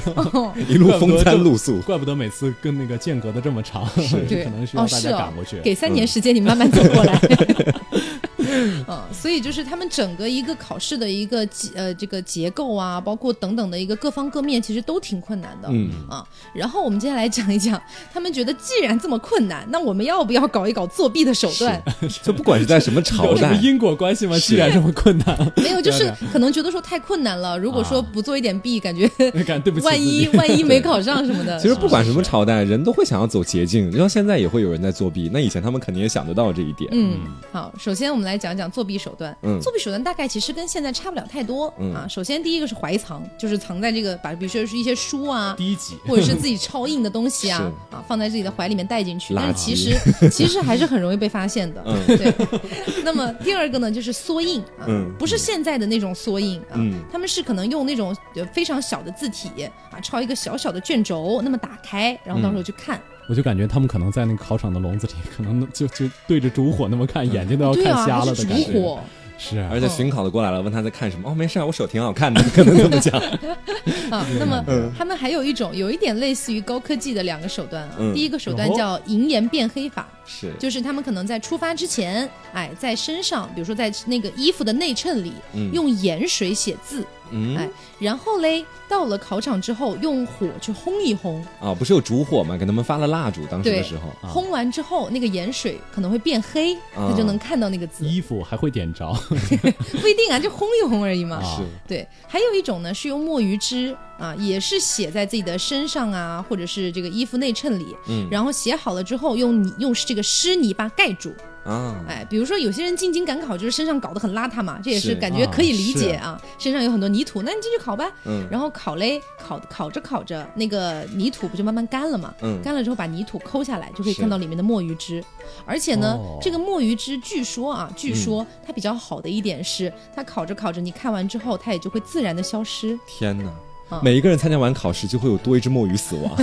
[SPEAKER 3] 一路风餐露宿，
[SPEAKER 1] 怪不得每次跟那个间隔的这么长，
[SPEAKER 2] 对，
[SPEAKER 1] 可能需要
[SPEAKER 2] 哦
[SPEAKER 1] 大
[SPEAKER 2] 是
[SPEAKER 1] 家
[SPEAKER 2] 哦，
[SPEAKER 1] 赶过去。嗯
[SPEAKER 2] 给三年时间你慢慢走 过来。 嗯、所以就是他们整个一个考试的一个结呃这个结构啊，包括等等的一个各方各面，其实都挺困难的。
[SPEAKER 3] 嗯
[SPEAKER 2] 啊，然后我们接下来讲一讲，他们觉得既然这么困难，那我们要不要搞一搞作弊的手段？
[SPEAKER 3] 就不管是在什么朝
[SPEAKER 1] 有什么
[SPEAKER 3] 代，
[SPEAKER 1] 因果关系吗？
[SPEAKER 3] 是
[SPEAKER 1] 既然这么困难，
[SPEAKER 2] 没有，就是
[SPEAKER 1] 对
[SPEAKER 2] 可能觉得说太困难了，如果说不做一点弊，感觉
[SPEAKER 1] 感 对不起自
[SPEAKER 2] 万一
[SPEAKER 1] 己，
[SPEAKER 2] 万一没考上什么 的。
[SPEAKER 3] 其实不管什么
[SPEAKER 1] 是是
[SPEAKER 3] 朝代，人都会想要走捷径，就像现在也会有人在作弊，那以前他们肯定也想得到这一点，
[SPEAKER 2] 嗯，好，首先我们来讲讲作弊手段。
[SPEAKER 3] 嗯
[SPEAKER 2] 作弊手段大概其实跟现在差不了太多、
[SPEAKER 3] 嗯
[SPEAKER 2] 啊。首先第一个是怀藏，就是藏在这个把，比如说是一些书啊。
[SPEAKER 1] 第一集
[SPEAKER 2] 或者是自己抄印的东西啊，啊，放在自己的怀里面带进去，
[SPEAKER 3] 垃圾
[SPEAKER 2] 但是其实其实还是很容易被发现的。
[SPEAKER 3] 嗯
[SPEAKER 2] 对。那么第二个呢，就是缩印啊，
[SPEAKER 3] 嗯
[SPEAKER 2] 不是现在的那种缩印啊，
[SPEAKER 3] 嗯
[SPEAKER 2] 他们是可能用那种呃非常小的字体啊，抄一个小小的卷轴，那么打开，然后到时候去看，
[SPEAKER 1] 我就感觉他们可能在那个考场的笼子里，可能就就对着烛火那么看，眼睛都要
[SPEAKER 2] 对
[SPEAKER 1] 哦看
[SPEAKER 2] 啊，
[SPEAKER 1] 瞎
[SPEAKER 2] 还
[SPEAKER 1] 了
[SPEAKER 2] 是
[SPEAKER 1] 的
[SPEAKER 2] 烛
[SPEAKER 1] 感觉。
[SPEAKER 2] 火，
[SPEAKER 1] 是啊，
[SPEAKER 3] 而且巡考的过来了，问他在看什么，哦，没事，啊，我手挺好看的，可能这么讲，
[SPEAKER 2] 啊，那么
[SPEAKER 3] 嗯
[SPEAKER 2] 他们还有一种有一点类似于高科技的两个手段啊。
[SPEAKER 3] 嗯
[SPEAKER 2] 第一个手段
[SPEAKER 1] 哦
[SPEAKER 2] 叫银盐变黑法，
[SPEAKER 3] 是，
[SPEAKER 2] 就是他们可能在出发之前，哎，在身上，比如说在那个衣服的内衬里，
[SPEAKER 3] 嗯
[SPEAKER 2] 用盐水写字，
[SPEAKER 3] 嗯
[SPEAKER 2] 哎，然后嘞，到了考场之后，用火去烘一烘，
[SPEAKER 3] 啊，不是有烛火吗？给他们发了蜡烛，当时的
[SPEAKER 2] 对
[SPEAKER 3] 时候，
[SPEAKER 1] 啊
[SPEAKER 2] 烘完之后，那个盐水可能会变黑，
[SPEAKER 3] 啊
[SPEAKER 2] 他就能看到那个字，
[SPEAKER 1] 衣服还会点着，
[SPEAKER 2] 不一定啊，就烘一烘而已嘛。
[SPEAKER 1] 啊
[SPEAKER 3] 是，
[SPEAKER 2] 对，还有一种呢是用墨鱼汁啊，也是写在自己的身上啊，或者是这个衣服内衬里，
[SPEAKER 3] 嗯
[SPEAKER 2] 然后写好了之后用泥用这个湿泥巴盖住。
[SPEAKER 3] 啊，
[SPEAKER 2] 哎，比如说有些人进京赶考，就是身上搞得很邋遢嘛，这也是
[SPEAKER 3] 是
[SPEAKER 2] 感觉可以理解
[SPEAKER 1] 啊
[SPEAKER 2] 啊，身上有很多泥土，那你进去考吧。
[SPEAKER 3] 嗯
[SPEAKER 2] 然后烤嘞，烤烤着烤着，那个泥土不就慢慢干了嘛？
[SPEAKER 3] 嗯
[SPEAKER 2] 干了之后把泥土抠下来，就可以
[SPEAKER 3] 是，
[SPEAKER 2] 看到里面的墨鱼汁。而且呢，
[SPEAKER 1] 哦
[SPEAKER 2] 这个墨鱼汁据说啊，据说它比较好的一点是，它烤着烤着，你看完之后，它也就会自然的消失
[SPEAKER 3] 天哪
[SPEAKER 2] 啊！
[SPEAKER 3] 每一个人参加完考试，就会有多一只墨鱼死 亡。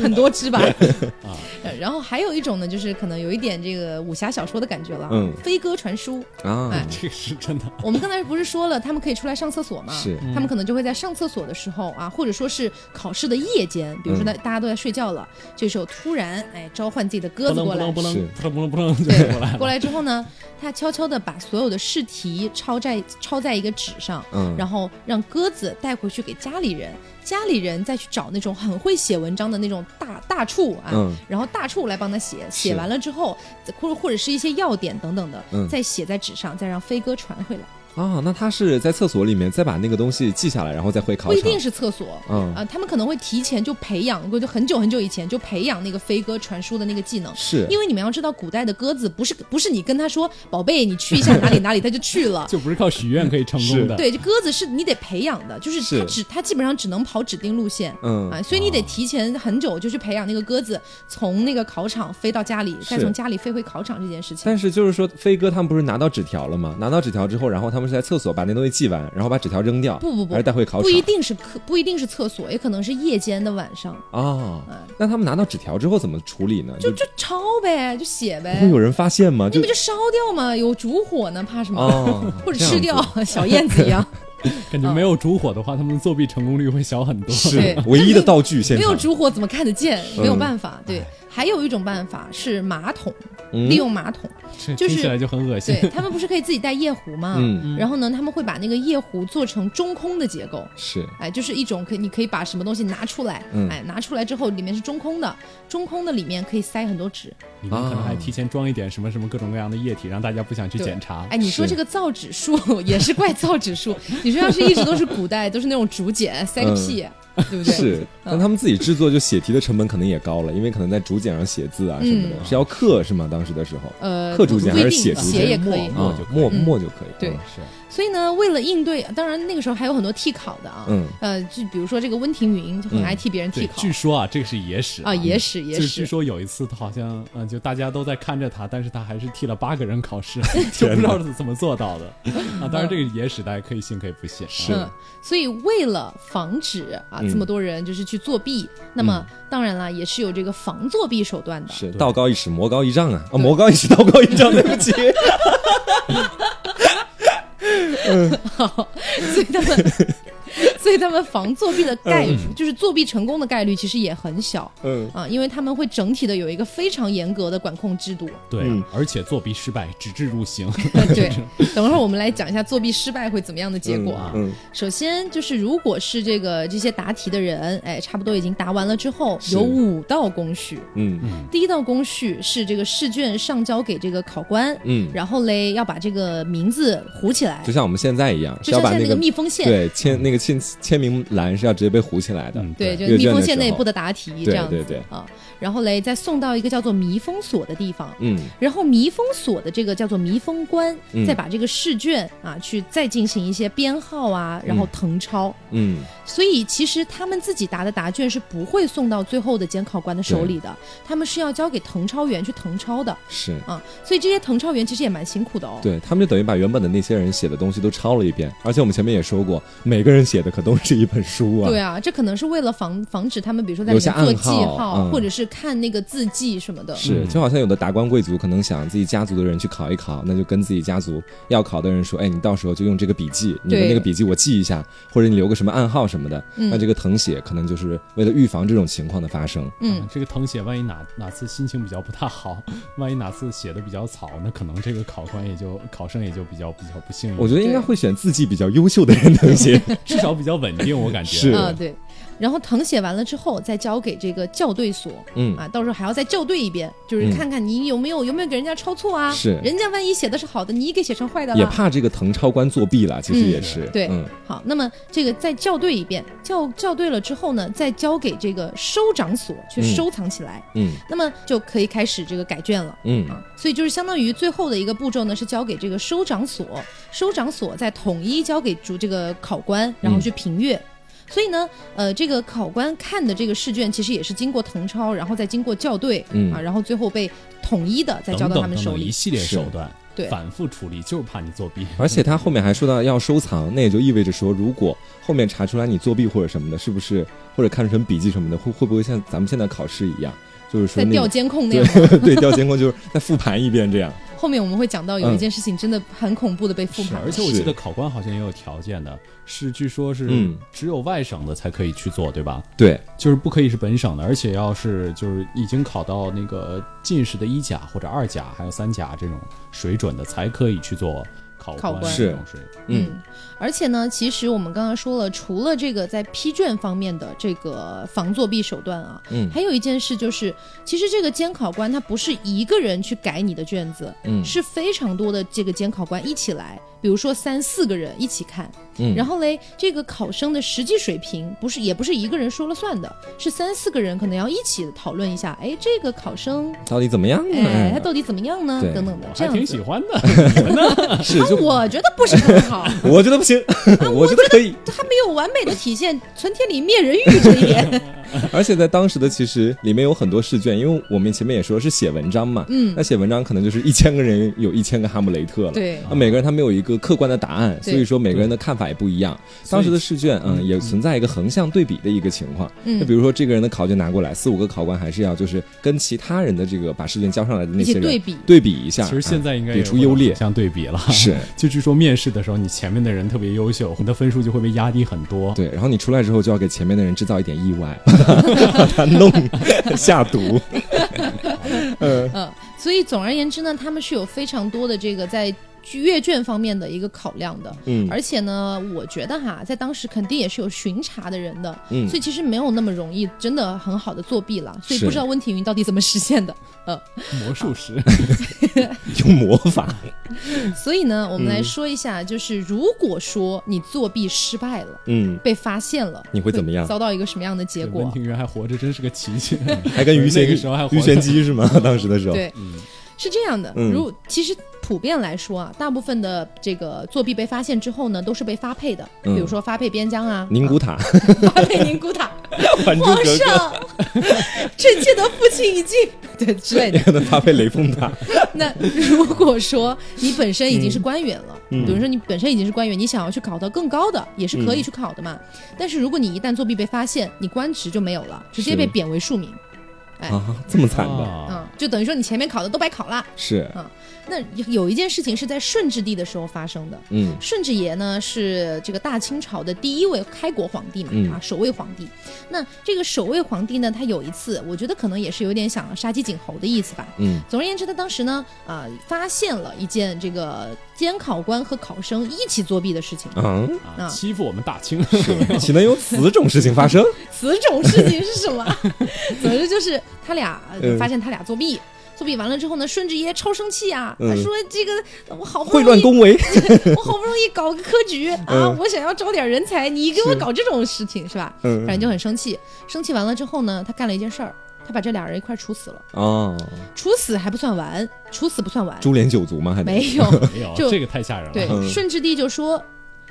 [SPEAKER 2] 很多汁吧。呃然后还有一种呢，就是可能有一点这个武侠小说的感觉了，啊
[SPEAKER 3] 嗯
[SPEAKER 2] 飞鸽传书。
[SPEAKER 3] 啊
[SPEAKER 2] 哎，
[SPEAKER 1] 这个是真的。
[SPEAKER 2] 我们刚才不是说了，他们可以出来上厕所吗？
[SPEAKER 3] 是
[SPEAKER 2] 他们可能就会在上厕所的时候啊，或者说是考试的夜间，比
[SPEAKER 3] 嗯
[SPEAKER 2] 如说大大家都在睡觉了，这时候突然哎召唤自己的鸽
[SPEAKER 1] 扑
[SPEAKER 2] 子
[SPEAKER 1] 棱
[SPEAKER 2] 过
[SPEAKER 1] 扑
[SPEAKER 2] 来
[SPEAKER 1] 棱，扑棱
[SPEAKER 3] 是
[SPEAKER 1] 扑棱扑棱扑棱就过来了。
[SPEAKER 2] 过来之后呢，他悄悄地把所有的试题抄在抄在一个纸上，
[SPEAKER 3] 嗯
[SPEAKER 2] 然后让鸽子带回去给家里人，家里人再去找那种很会写文章的那种大大处啊，
[SPEAKER 3] 嗯
[SPEAKER 2] 然后大处来帮他写，写完了之后，或者或者是一些要点等等的，
[SPEAKER 3] 嗯
[SPEAKER 2] 再写在纸上，再让飞鸽传回来。
[SPEAKER 3] 啊，那他是在厕所里面再把那个东西记下来，然后再回考
[SPEAKER 2] 不
[SPEAKER 3] 场。
[SPEAKER 2] 一定是厕所，
[SPEAKER 3] 嗯
[SPEAKER 2] 啊，他们可能会提前就培养过，就很久很久以前就培养那个飞鸽传书的那个技能。
[SPEAKER 3] 是
[SPEAKER 2] 因为你们要知道，古代的鸽子不是不是你跟他说宝贝，你去一下哪里哪里，它就去 了。
[SPEAKER 1] 就不是靠许愿可以成功的。
[SPEAKER 2] 对，这鸽子是你得培养的，就是
[SPEAKER 3] 是
[SPEAKER 2] 它只它基本上只能跑指定路线。
[SPEAKER 3] 嗯
[SPEAKER 2] 啊，所以你得提前很久就去培养那个鸽子，从那个考场飞到家里，再
[SPEAKER 3] 是
[SPEAKER 2] 从家里飞回考场这件事情。
[SPEAKER 3] 但是就是说，飞哥他们不是拿到纸条了吗？拿到纸条之后，然后他们们是在厕所把那东西记完，然后把纸条扔掉，
[SPEAKER 2] 不不不
[SPEAKER 3] 而带回考场
[SPEAKER 2] 不一定是课，不一定是厕所，也可能是夜间的晚上，
[SPEAKER 3] 啊
[SPEAKER 2] 嗯。
[SPEAKER 3] 那他们拿到纸条之后怎么处理呢？
[SPEAKER 2] 就
[SPEAKER 3] 就
[SPEAKER 2] 就抄呗，就写呗，
[SPEAKER 3] 会有人发现吗？
[SPEAKER 2] 那
[SPEAKER 3] 就
[SPEAKER 2] 不就烧掉吗？有烛火呢，怕什么？
[SPEAKER 3] 哦
[SPEAKER 2] 或者
[SPEAKER 3] 这样
[SPEAKER 2] 吃掉
[SPEAKER 3] 子，
[SPEAKER 2] 小燕子 一样。
[SPEAKER 1] 感觉没有烛火的话，他们作弊成功率会小很多。
[SPEAKER 3] 是
[SPEAKER 2] 对
[SPEAKER 3] 唯一的道具现
[SPEAKER 2] 没有
[SPEAKER 3] 场，
[SPEAKER 2] 烛火怎么看得见？没有办法。对
[SPEAKER 1] 唉，
[SPEAKER 2] 还有一种办法是马桶，
[SPEAKER 3] 哎嗯
[SPEAKER 2] 利用 马桶。
[SPEAKER 1] 这
[SPEAKER 2] 就是
[SPEAKER 1] 听起来就很恶心。
[SPEAKER 2] 对他们不是可以自己带夜壶吗？
[SPEAKER 3] 嗯
[SPEAKER 2] 然后呢，他们会把那个夜壶做成中空的结构，
[SPEAKER 3] 是
[SPEAKER 2] 哎，就是一种可以你可以把什么东西拿出来，
[SPEAKER 3] 嗯
[SPEAKER 2] 哎，拿出来之后里面是中空的，中空的里面可以塞很多纸，
[SPEAKER 1] 里面可能还提前装一点什么什么各种各样的液体，让大家不想去检查。
[SPEAKER 2] 哎，你说
[SPEAKER 3] 是
[SPEAKER 2] 这个造纸术也是怪造纸术，你说要是一直都是古代，都是那种竹简，塞个屁，对不嗯对？
[SPEAKER 3] 嗯是，但他们自己制作就写题的成本可能也高了，因为可能在竹简上写字啊什么的，
[SPEAKER 1] 嗯
[SPEAKER 3] 是要刻是吗？当时的时候
[SPEAKER 2] 呃，
[SPEAKER 3] 刻竹简
[SPEAKER 2] 不一
[SPEAKER 3] 还是
[SPEAKER 2] 定
[SPEAKER 3] 写竹
[SPEAKER 2] 写
[SPEAKER 3] 简
[SPEAKER 2] 也可以。
[SPEAKER 1] 墨
[SPEAKER 3] 啊
[SPEAKER 1] 就可以
[SPEAKER 3] 墨
[SPEAKER 2] 嗯
[SPEAKER 3] 墨就可以，
[SPEAKER 2] 对
[SPEAKER 3] 嗯
[SPEAKER 1] 是
[SPEAKER 2] 所以呢，为了应对，当然那个时候还有很多替考的啊，
[SPEAKER 3] 嗯
[SPEAKER 2] 呃，就比如说这个温庭筠就很爱替别人替
[SPEAKER 1] 对，
[SPEAKER 2] 考、
[SPEAKER 1] 据说啊，这个是野史
[SPEAKER 2] 啊，野史野
[SPEAKER 1] 就
[SPEAKER 2] 史，
[SPEAKER 1] 是据说有一次，他好像嗯，就大家都在看着他，但是他还是替了八个人考 试， 就不知道是怎么做到的啊。当然，这个野史大家可以信可以不信。
[SPEAKER 3] 是
[SPEAKER 1] 啊
[SPEAKER 2] 嗯，所以为了防止啊、
[SPEAKER 3] 嗯
[SPEAKER 2] 这么多人就是去作弊，那么当然啦，也是有这个防作弊手段的。
[SPEAKER 3] 是
[SPEAKER 1] 对
[SPEAKER 3] 道高一尺，魔高一丈啊！啊，魔高一尺，道高一丈， 对不 起。
[SPEAKER 2] 所以他们， 所以他们防作弊的概率，就是作弊成功的概率其实也很小
[SPEAKER 3] 嗯，
[SPEAKER 2] 啊，因为他们会整体的有一个非常严格的管控 制度。
[SPEAKER 1] 对
[SPEAKER 3] 嗯，
[SPEAKER 1] 而且作弊失败，纸质入 刑。
[SPEAKER 2] 对，等会儿我们来讲一下作弊失败会怎么样的结果啊。
[SPEAKER 3] 嗯，
[SPEAKER 2] 首先就是，如果是这个这些答题的人，哎，差不多已经答完了之后，
[SPEAKER 3] 是
[SPEAKER 2] 有五道工序。
[SPEAKER 3] 嗯嗯
[SPEAKER 2] 第一道工序是这个试卷上交给这个考官，
[SPEAKER 3] 嗯，
[SPEAKER 2] 然后嘞要把这个名字糊起来
[SPEAKER 3] 就，像我们现在一样，是
[SPEAKER 2] 就
[SPEAKER 3] 要
[SPEAKER 2] 像
[SPEAKER 3] 把
[SPEAKER 2] 现在那
[SPEAKER 3] 个
[SPEAKER 2] 个密封线，
[SPEAKER 3] 对签那个签签名栏是要直接被糊起来的。
[SPEAKER 1] 嗯，
[SPEAKER 2] 对，
[SPEAKER 1] 对
[SPEAKER 2] 就
[SPEAKER 3] 阅
[SPEAKER 2] 密
[SPEAKER 3] 卷
[SPEAKER 2] 封
[SPEAKER 3] 的
[SPEAKER 2] 线
[SPEAKER 3] 时
[SPEAKER 2] 内
[SPEAKER 3] 候
[SPEAKER 2] 不得答题这
[SPEAKER 3] 对
[SPEAKER 2] 样子
[SPEAKER 3] 对对
[SPEAKER 2] 啊。然后嘞，再送到一个叫做迷封所的地方，
[SPEAKER 3] 嗯，
[SPEAKER 2] 然后迷封所的这个叫做迷封官，
[SPEAKER 3] 嗯
[SPEAKER 2] 再把这个试卷啊去再进行一些编号啊，然后
[SPEAKER 3] 嗯
[SPEAKER 2] 誊抄。
[SPEAKER 3] 嗯，
[SPEAKER 2] 所以其实他们自己答的答卷是不会送到最后的监考官的手里的，他们是要交给誊抄员去誊抄的
[SPEAKER 3] 是
[SPEAKER 2] 啊。所以这些誊抄员其实也蛮辛苦的哦。
[SPEAKER 3] 对他们就等于把原本的那些人写的东西都抄了一遍，而且我们前面也说过，每个人写的可都是一本书啊。
[SPEAKER 2] 对啊，这可能是为了防防止他们，比如说在
[SPEAKER 3] 留
[SPEAKER 2] 里
[SPEAKER 3] 下
[SPEAKER 2] 面做
[SPEAKER 3] 暗
[SPEAKER 2] 记
[SPEAKER 3] 号嗯
[SPEAKER 2] 或者是看那个字迹什么的。
[SPEAKER 3] 是，就好像有的达官贵族可能想自己家族的人去考一考，那就跟自己家族要考的人说，哎，你到时候就用这个笔记，你的
[SPEAKER 2] 对
[SPEAKER 3] 那个笔记我记一下，或者你留个什么暗号什么的。
[SPEAKER 2] 嗯
[SPEAKER 3] 那这个誊写可能就是为了预防这种情况的发生。
[SPEAKER 2] 嗯，
[SPEAKER 1] 啊这个誊写，万一哪哪次心情比较不太好，万一哪次写的比较草，那可能这个考官也就考生也就比较比较不幸运，
[SPEAKER 3] 我觉得应该
[SPEAKER 2] 对
[SPEAKER 3] 会选字迹比较优秀的人誊 写。
[SPEAKER 1] 至少比较稳定，我感觉
[SPEAKER 3] 是
[SPEAKER 2] 啊，对。然后誊写完了之后，再交给这个校对所
[SPEAKER 3] 嗯，
[SPEAKER 2] 啊，到时候还要再校对一遍，就是
[SPEAKER 3] 嗯
[SPEAKER 2] 看看你有没有有没有给人家抄错啊。
[SPEAKER 3] 是
[SPEAKER 2] 人家万一写的是好的，你给写成坏的
[SPEAKER 3] 也
[SPEAKER 2] 了。
[SPEAKER 3] 怕这个誊抄官作弊了，其实
[SPEAKER 2] 嗯
[SPEAKER 3] 也是。
[SPEAKER 2] 对
[SPEAKER 3] 嗯，
[SPEAKER 2] 好，那么这个再校对一遍，校校对了之后呢，再交给这个收掌所去
[SPEAKER 3] 嗯
[SPEAKER 2] 收藏起来，
[SPEAKER 3] 嗯
[SPEAKER 2] 那么就可以开始这个改卷了。
[SPEAKER 3] 嗯
[SPEAKER 2] 啊，所以就是相当于最后的一个步骤呢，是交给这个收掌所，收掌所再统一交给主这个考官，然后去评阅。所以呢，呃，这个考官看的这个试卷其实也是经过誊抄，然后再经过校对，
[SPEAKER 3] 嗯
[SPEAKER 2] 啊，然后最后被统一的再交
[SPEAKER 1] 等
[SPEAKER 2] 到
[SPEAKER 1] 等
[SPEAKER 2] 他们
[SPEAKER 1] 等嗯
[SPEAKER 2] 手
[SPEAKER 1] 等一
[SPEAKER 2] 里。
[SPEAKER 1] 系列
[SPEAKER 3] 是
[SPEAKER 1] 手段，
[SPEAKER 2] 对
[SPEAKER 1] 反复处理，就是怕你作弊。
[SPEAKER 3] 而且他后面还说到要收藏，那也就意味着说，如果后面查出来你作弊或者什么的，是不是或者看成笔记什么的，会会不会像咱们现在考试一样，就是说
[SPEAKER 2] 在
[SPEAKER 3] 那
[SPEAKER 2] 调
[SPEAKER 3] 个
[SPEAKER 2] 监控那样，
[SPEAKER 3] 对对调监控就是再复盘一遍这样。
[SPEAKER 2] 后面我们会讲到有一件事情真的很恐怖的被复
[SPEAKER 1] 嗯是，
[SPEAKER 2] 盘
[SPEAKER 1] 而
[SPEAKER 2] 了。
[SPEAKER 1] 且我记
[SPEAKER 3] 是
[SPEAKER 1] 得考官好像也有条件的，是据说是
[SPEAKER 3] 嗯
[SPEAKER 1] 只有外省的才可以去做，对吧？
[SPEAKER 3] 对，
[SPEAKER 1] 就是不可以是本省的，而且要是就是已经考到那个进士的一甲或者二甲，还有三甲这种水准的，才可以去做考
[SPEAKER 2] 考官
[SPEAKER 1] 这种水平。
[SPEAKER 3] 嗯
[SPEAKER 2] 嗯，而且呢，其实我们刚刚说了，除了这个在批卷方面的这个防作弊手段啊，
[SPEAKER 3] 嗯
[SPEAKER 2] 还有一件事就是，其实这个监考官他不是一个人去改你的卷子，
[SPEAKER 3] 嗯
[SPEAKER 2] 是非常多的这个监考官一起来，比如说三四个人一起看，
[SPEAKER 3] 嗯
[SPEAKER 2] 然后嘞，这个考生的实际水平不是也不是一个人说了算的，是三四个人可能要一起讨论一下，哎，这个考生。
[SPEAKER 3] 到底怎么样啊呢？
[SPEAKER 2] 哎，他到底怎么样
[SPEAKER 3] 嗯
[SPEAKER 2] 呢
[SPEAKER 3] 对？
[SPEAKER 2] 等等的
[SPEAKER 1] 我，
[SPEAKER 2] 嗯这
[SPEAKER 1] 还
[SPEAKER 2] 样
[SPEAKER 1] 挺喜
[SPEAKER 2] 子。
[SPEAKER 1] 欢的，
[SPEAKER 3] 是
[SPEAKER 2] 啊
[SPEAKER 3] 就
[SPEAKER 2] 我啊觉得不是很好，
[SPEAKER 3] 我觉得不行，我觉得可以。
[SPEAKER 2] 他没有完美的体现存天理灭人欲这一点。
[SPEAKER 3] 而且在当时的其实里面有很多试卷，因为我们前面也说是写文章嘛，
[SPEAKER 2] 嗯
[SPEAKER 3] 那写文章可能就是一千个人有一千个哈姆雷特了，
[SPEAKER 2] 对
[SPEAKER 3] 那每个人他没有一个客观的答案，
[SPEAKER 2] 对
[SPEAKER 3] 所以说每个人的看法也不一样。当时的试卷，嗯，也存在一个横向对比的一个情况。
[SPEAKER 2] 嗯
[SPEAKER 3] 那比如说这个人的考卷拿过来，四五个考官还是要就是跟其他人的这个把试卷交上来的那
[SPEAKER 2] 一
[SPEAKER 3] 些
[SPEAKER 2] 起
[SPEAKER 3] 人
[SPEAKER 2] 对比
[SPEAKER 3] 对比一下。
[SPEAKER 1] 其实现在应该
[SPEAKER 3] 比
[SPEAKER 1] 也
[SPEAKER 3] 出优劣
[SPEAKER 1] 相对比了。
[SPEAKER 3] 啊是
[SPEAKER 1] 就据说面试的时候，你前面的人特别优秀，你的分数就会被压低很多。
[SPEAKER 3] 对，然后你出来之后就要给前面的人制造一点意 外，把他弄下毒。呃
[SPEAKER 2] 嗯，所以总而言之呢，他们是有非常多的这个在阅卷方面的一个考量的。
[SPEAKER 3] 嗯
[SPEAKER 2] 而且呢，我觉得哈，在当时肯定也是有巡查的人的，
[SPEAKER 3] 嗯
[SPEAKER 2] 所以其实没有那么容易，真的很好的作弊了。所以
[SPEAKER 3] 是
[SPEAKER 2] 不知道温庭筠到底怎么实现的。呃，
[SPEAKER 1] 魔术师，
[SPEAKER 3] 用嗯魔法。
[SPEAKER 2] 所以呢，我们来说一下，就是如果说你作弊失败了，
[SPEAKER 3] 嗯，
[SPEAKER 2] 被发现了，
[SPEAKER 3] 你会怎么样
[SPEAKER 2] 遭到一个什么样的 结
[SPEAKER 1] 温
[SPEAKER 2] 果？
[SPEAKER 1] 庭筠还活着，真是个奇迹。
[SPEAKER 3] 还跟鱼
[SPEAKER 1] 那
[SPEAKER 3] 玄
[SPEAKER 1] 个时候还活着
[SPEAKER 3] 鱼玄机 是吗？当时的时候，
[SPEAKER 2] 对，是这样的。
[SPEAKER 3] 嗯
[SPEAKER 2] 如其实普遍来说啊，大部分的这个作弊被发现之后呢，都是被发配的，
[SPEAKER 3] 嗯
[SPEAKER 2] 比如说发配边疆啊，
[SPEAKER 3] 宁古塔、
[SPEAKER 2] 发配宁古塔，
[SPEAKER 3] 还珠
[SPEAKER 2] 皇
[SPEAKER 3] 格格
[SPEAKER 2] 上，朕妾的父亲已经 对之类的。
[SPEAKER 3] 可能搭配雷峰塔。
[SPEAKER 2] 那如果说你本身已经
[SPEAKER 3] 嗯
[SPEAKER 2] 是官员了，比如说你本身已经是官员，你想要去考到更高的，也是可
[SPEAKER 3] 嗯
[SPEAKER 2] 以去考的嘛。但是如果你一旦作弊被发现，你官职就没有了，直接
[SPEAKER 3] 是
[SPEAKER 2] 被贬为庶民。哎，
[SPEAKER 3] 啊，这么惨的，
[SPEAKER 1] 啊，
[SPEAKER 2] 嗯，就等于说你前面考的都白考了。
[SPEAKER 3] 是，
[SPEAKER 2] 那有一件事情是在顺治帝的时候发生的。
[SPEAKER 3] 嗯
[SPEAKER 2] 顺治爷呢是这个大清朝的第一位开国皇帝嘛，
[SPEAKER 3] 嗯
[SPEAKER 2] 啊，守卫皇帝。那这个守卫皇帝呢，他有一次，我觉得可能也是有点想杀鸡儆猴的意思吧。
[SPEAKER 3] 嗯
[SPEAKER 2] 总而言之，他当时呢，啊、发现了一件这个监考官和考生一起作弊的事情。
[SPEAKER 3] 啊，
[SPEAKER 1] 啊
[SPEAKER 2] 嗯
[SPEAKER 1] 欺负我们大清，
[SPEAKER 3] 岂能有此种事情发生？
[SPEAKER 2] 此种事情是 什么？总之就是他俩呃
[SPEAKER 3] 嗯
[SPEAKER 2] 发现他俩作弊，作弊完了之后呢，顺治爷超生气啊，
[SPEAKER 3] 嗯
[SPEAKER 2] 他说这个呃我好不
[SPEAKER 3] 会
[SPEAKER 2] 容
[SPEAKER 3] 乱
[SPEAKER 2] 易
[SPEAKER 3] 恭维，
[SPEAKER 2] 我好不容易搞个科举啊
[SPEAKER 3] 嗯，
[SPEAKER 2] 我想要招点人才，你给我搞这种事情是吧？
[SPEAKER 3] 嗯
[SPEAKER 2] 反正就很生气。生气完了之后呢，他干了一件事儿，他把这俩人一块儿处死了。
[SPEAKER 3] 啊，
[SPEAKER 2] 处死还不算完，处死不算完，
[SPEAKER 3] 株连九族吗？还得
[SPEAKER 2] 没有。
[SPEAKER 1] 没有
[SPEAKER 2] 就
[SPEAKER 1] 这个太吓人了。
[SPEAKER 2] 对
[SPEAKER 3] 嗯，
[SPEAKER 2] 顺治帝就说，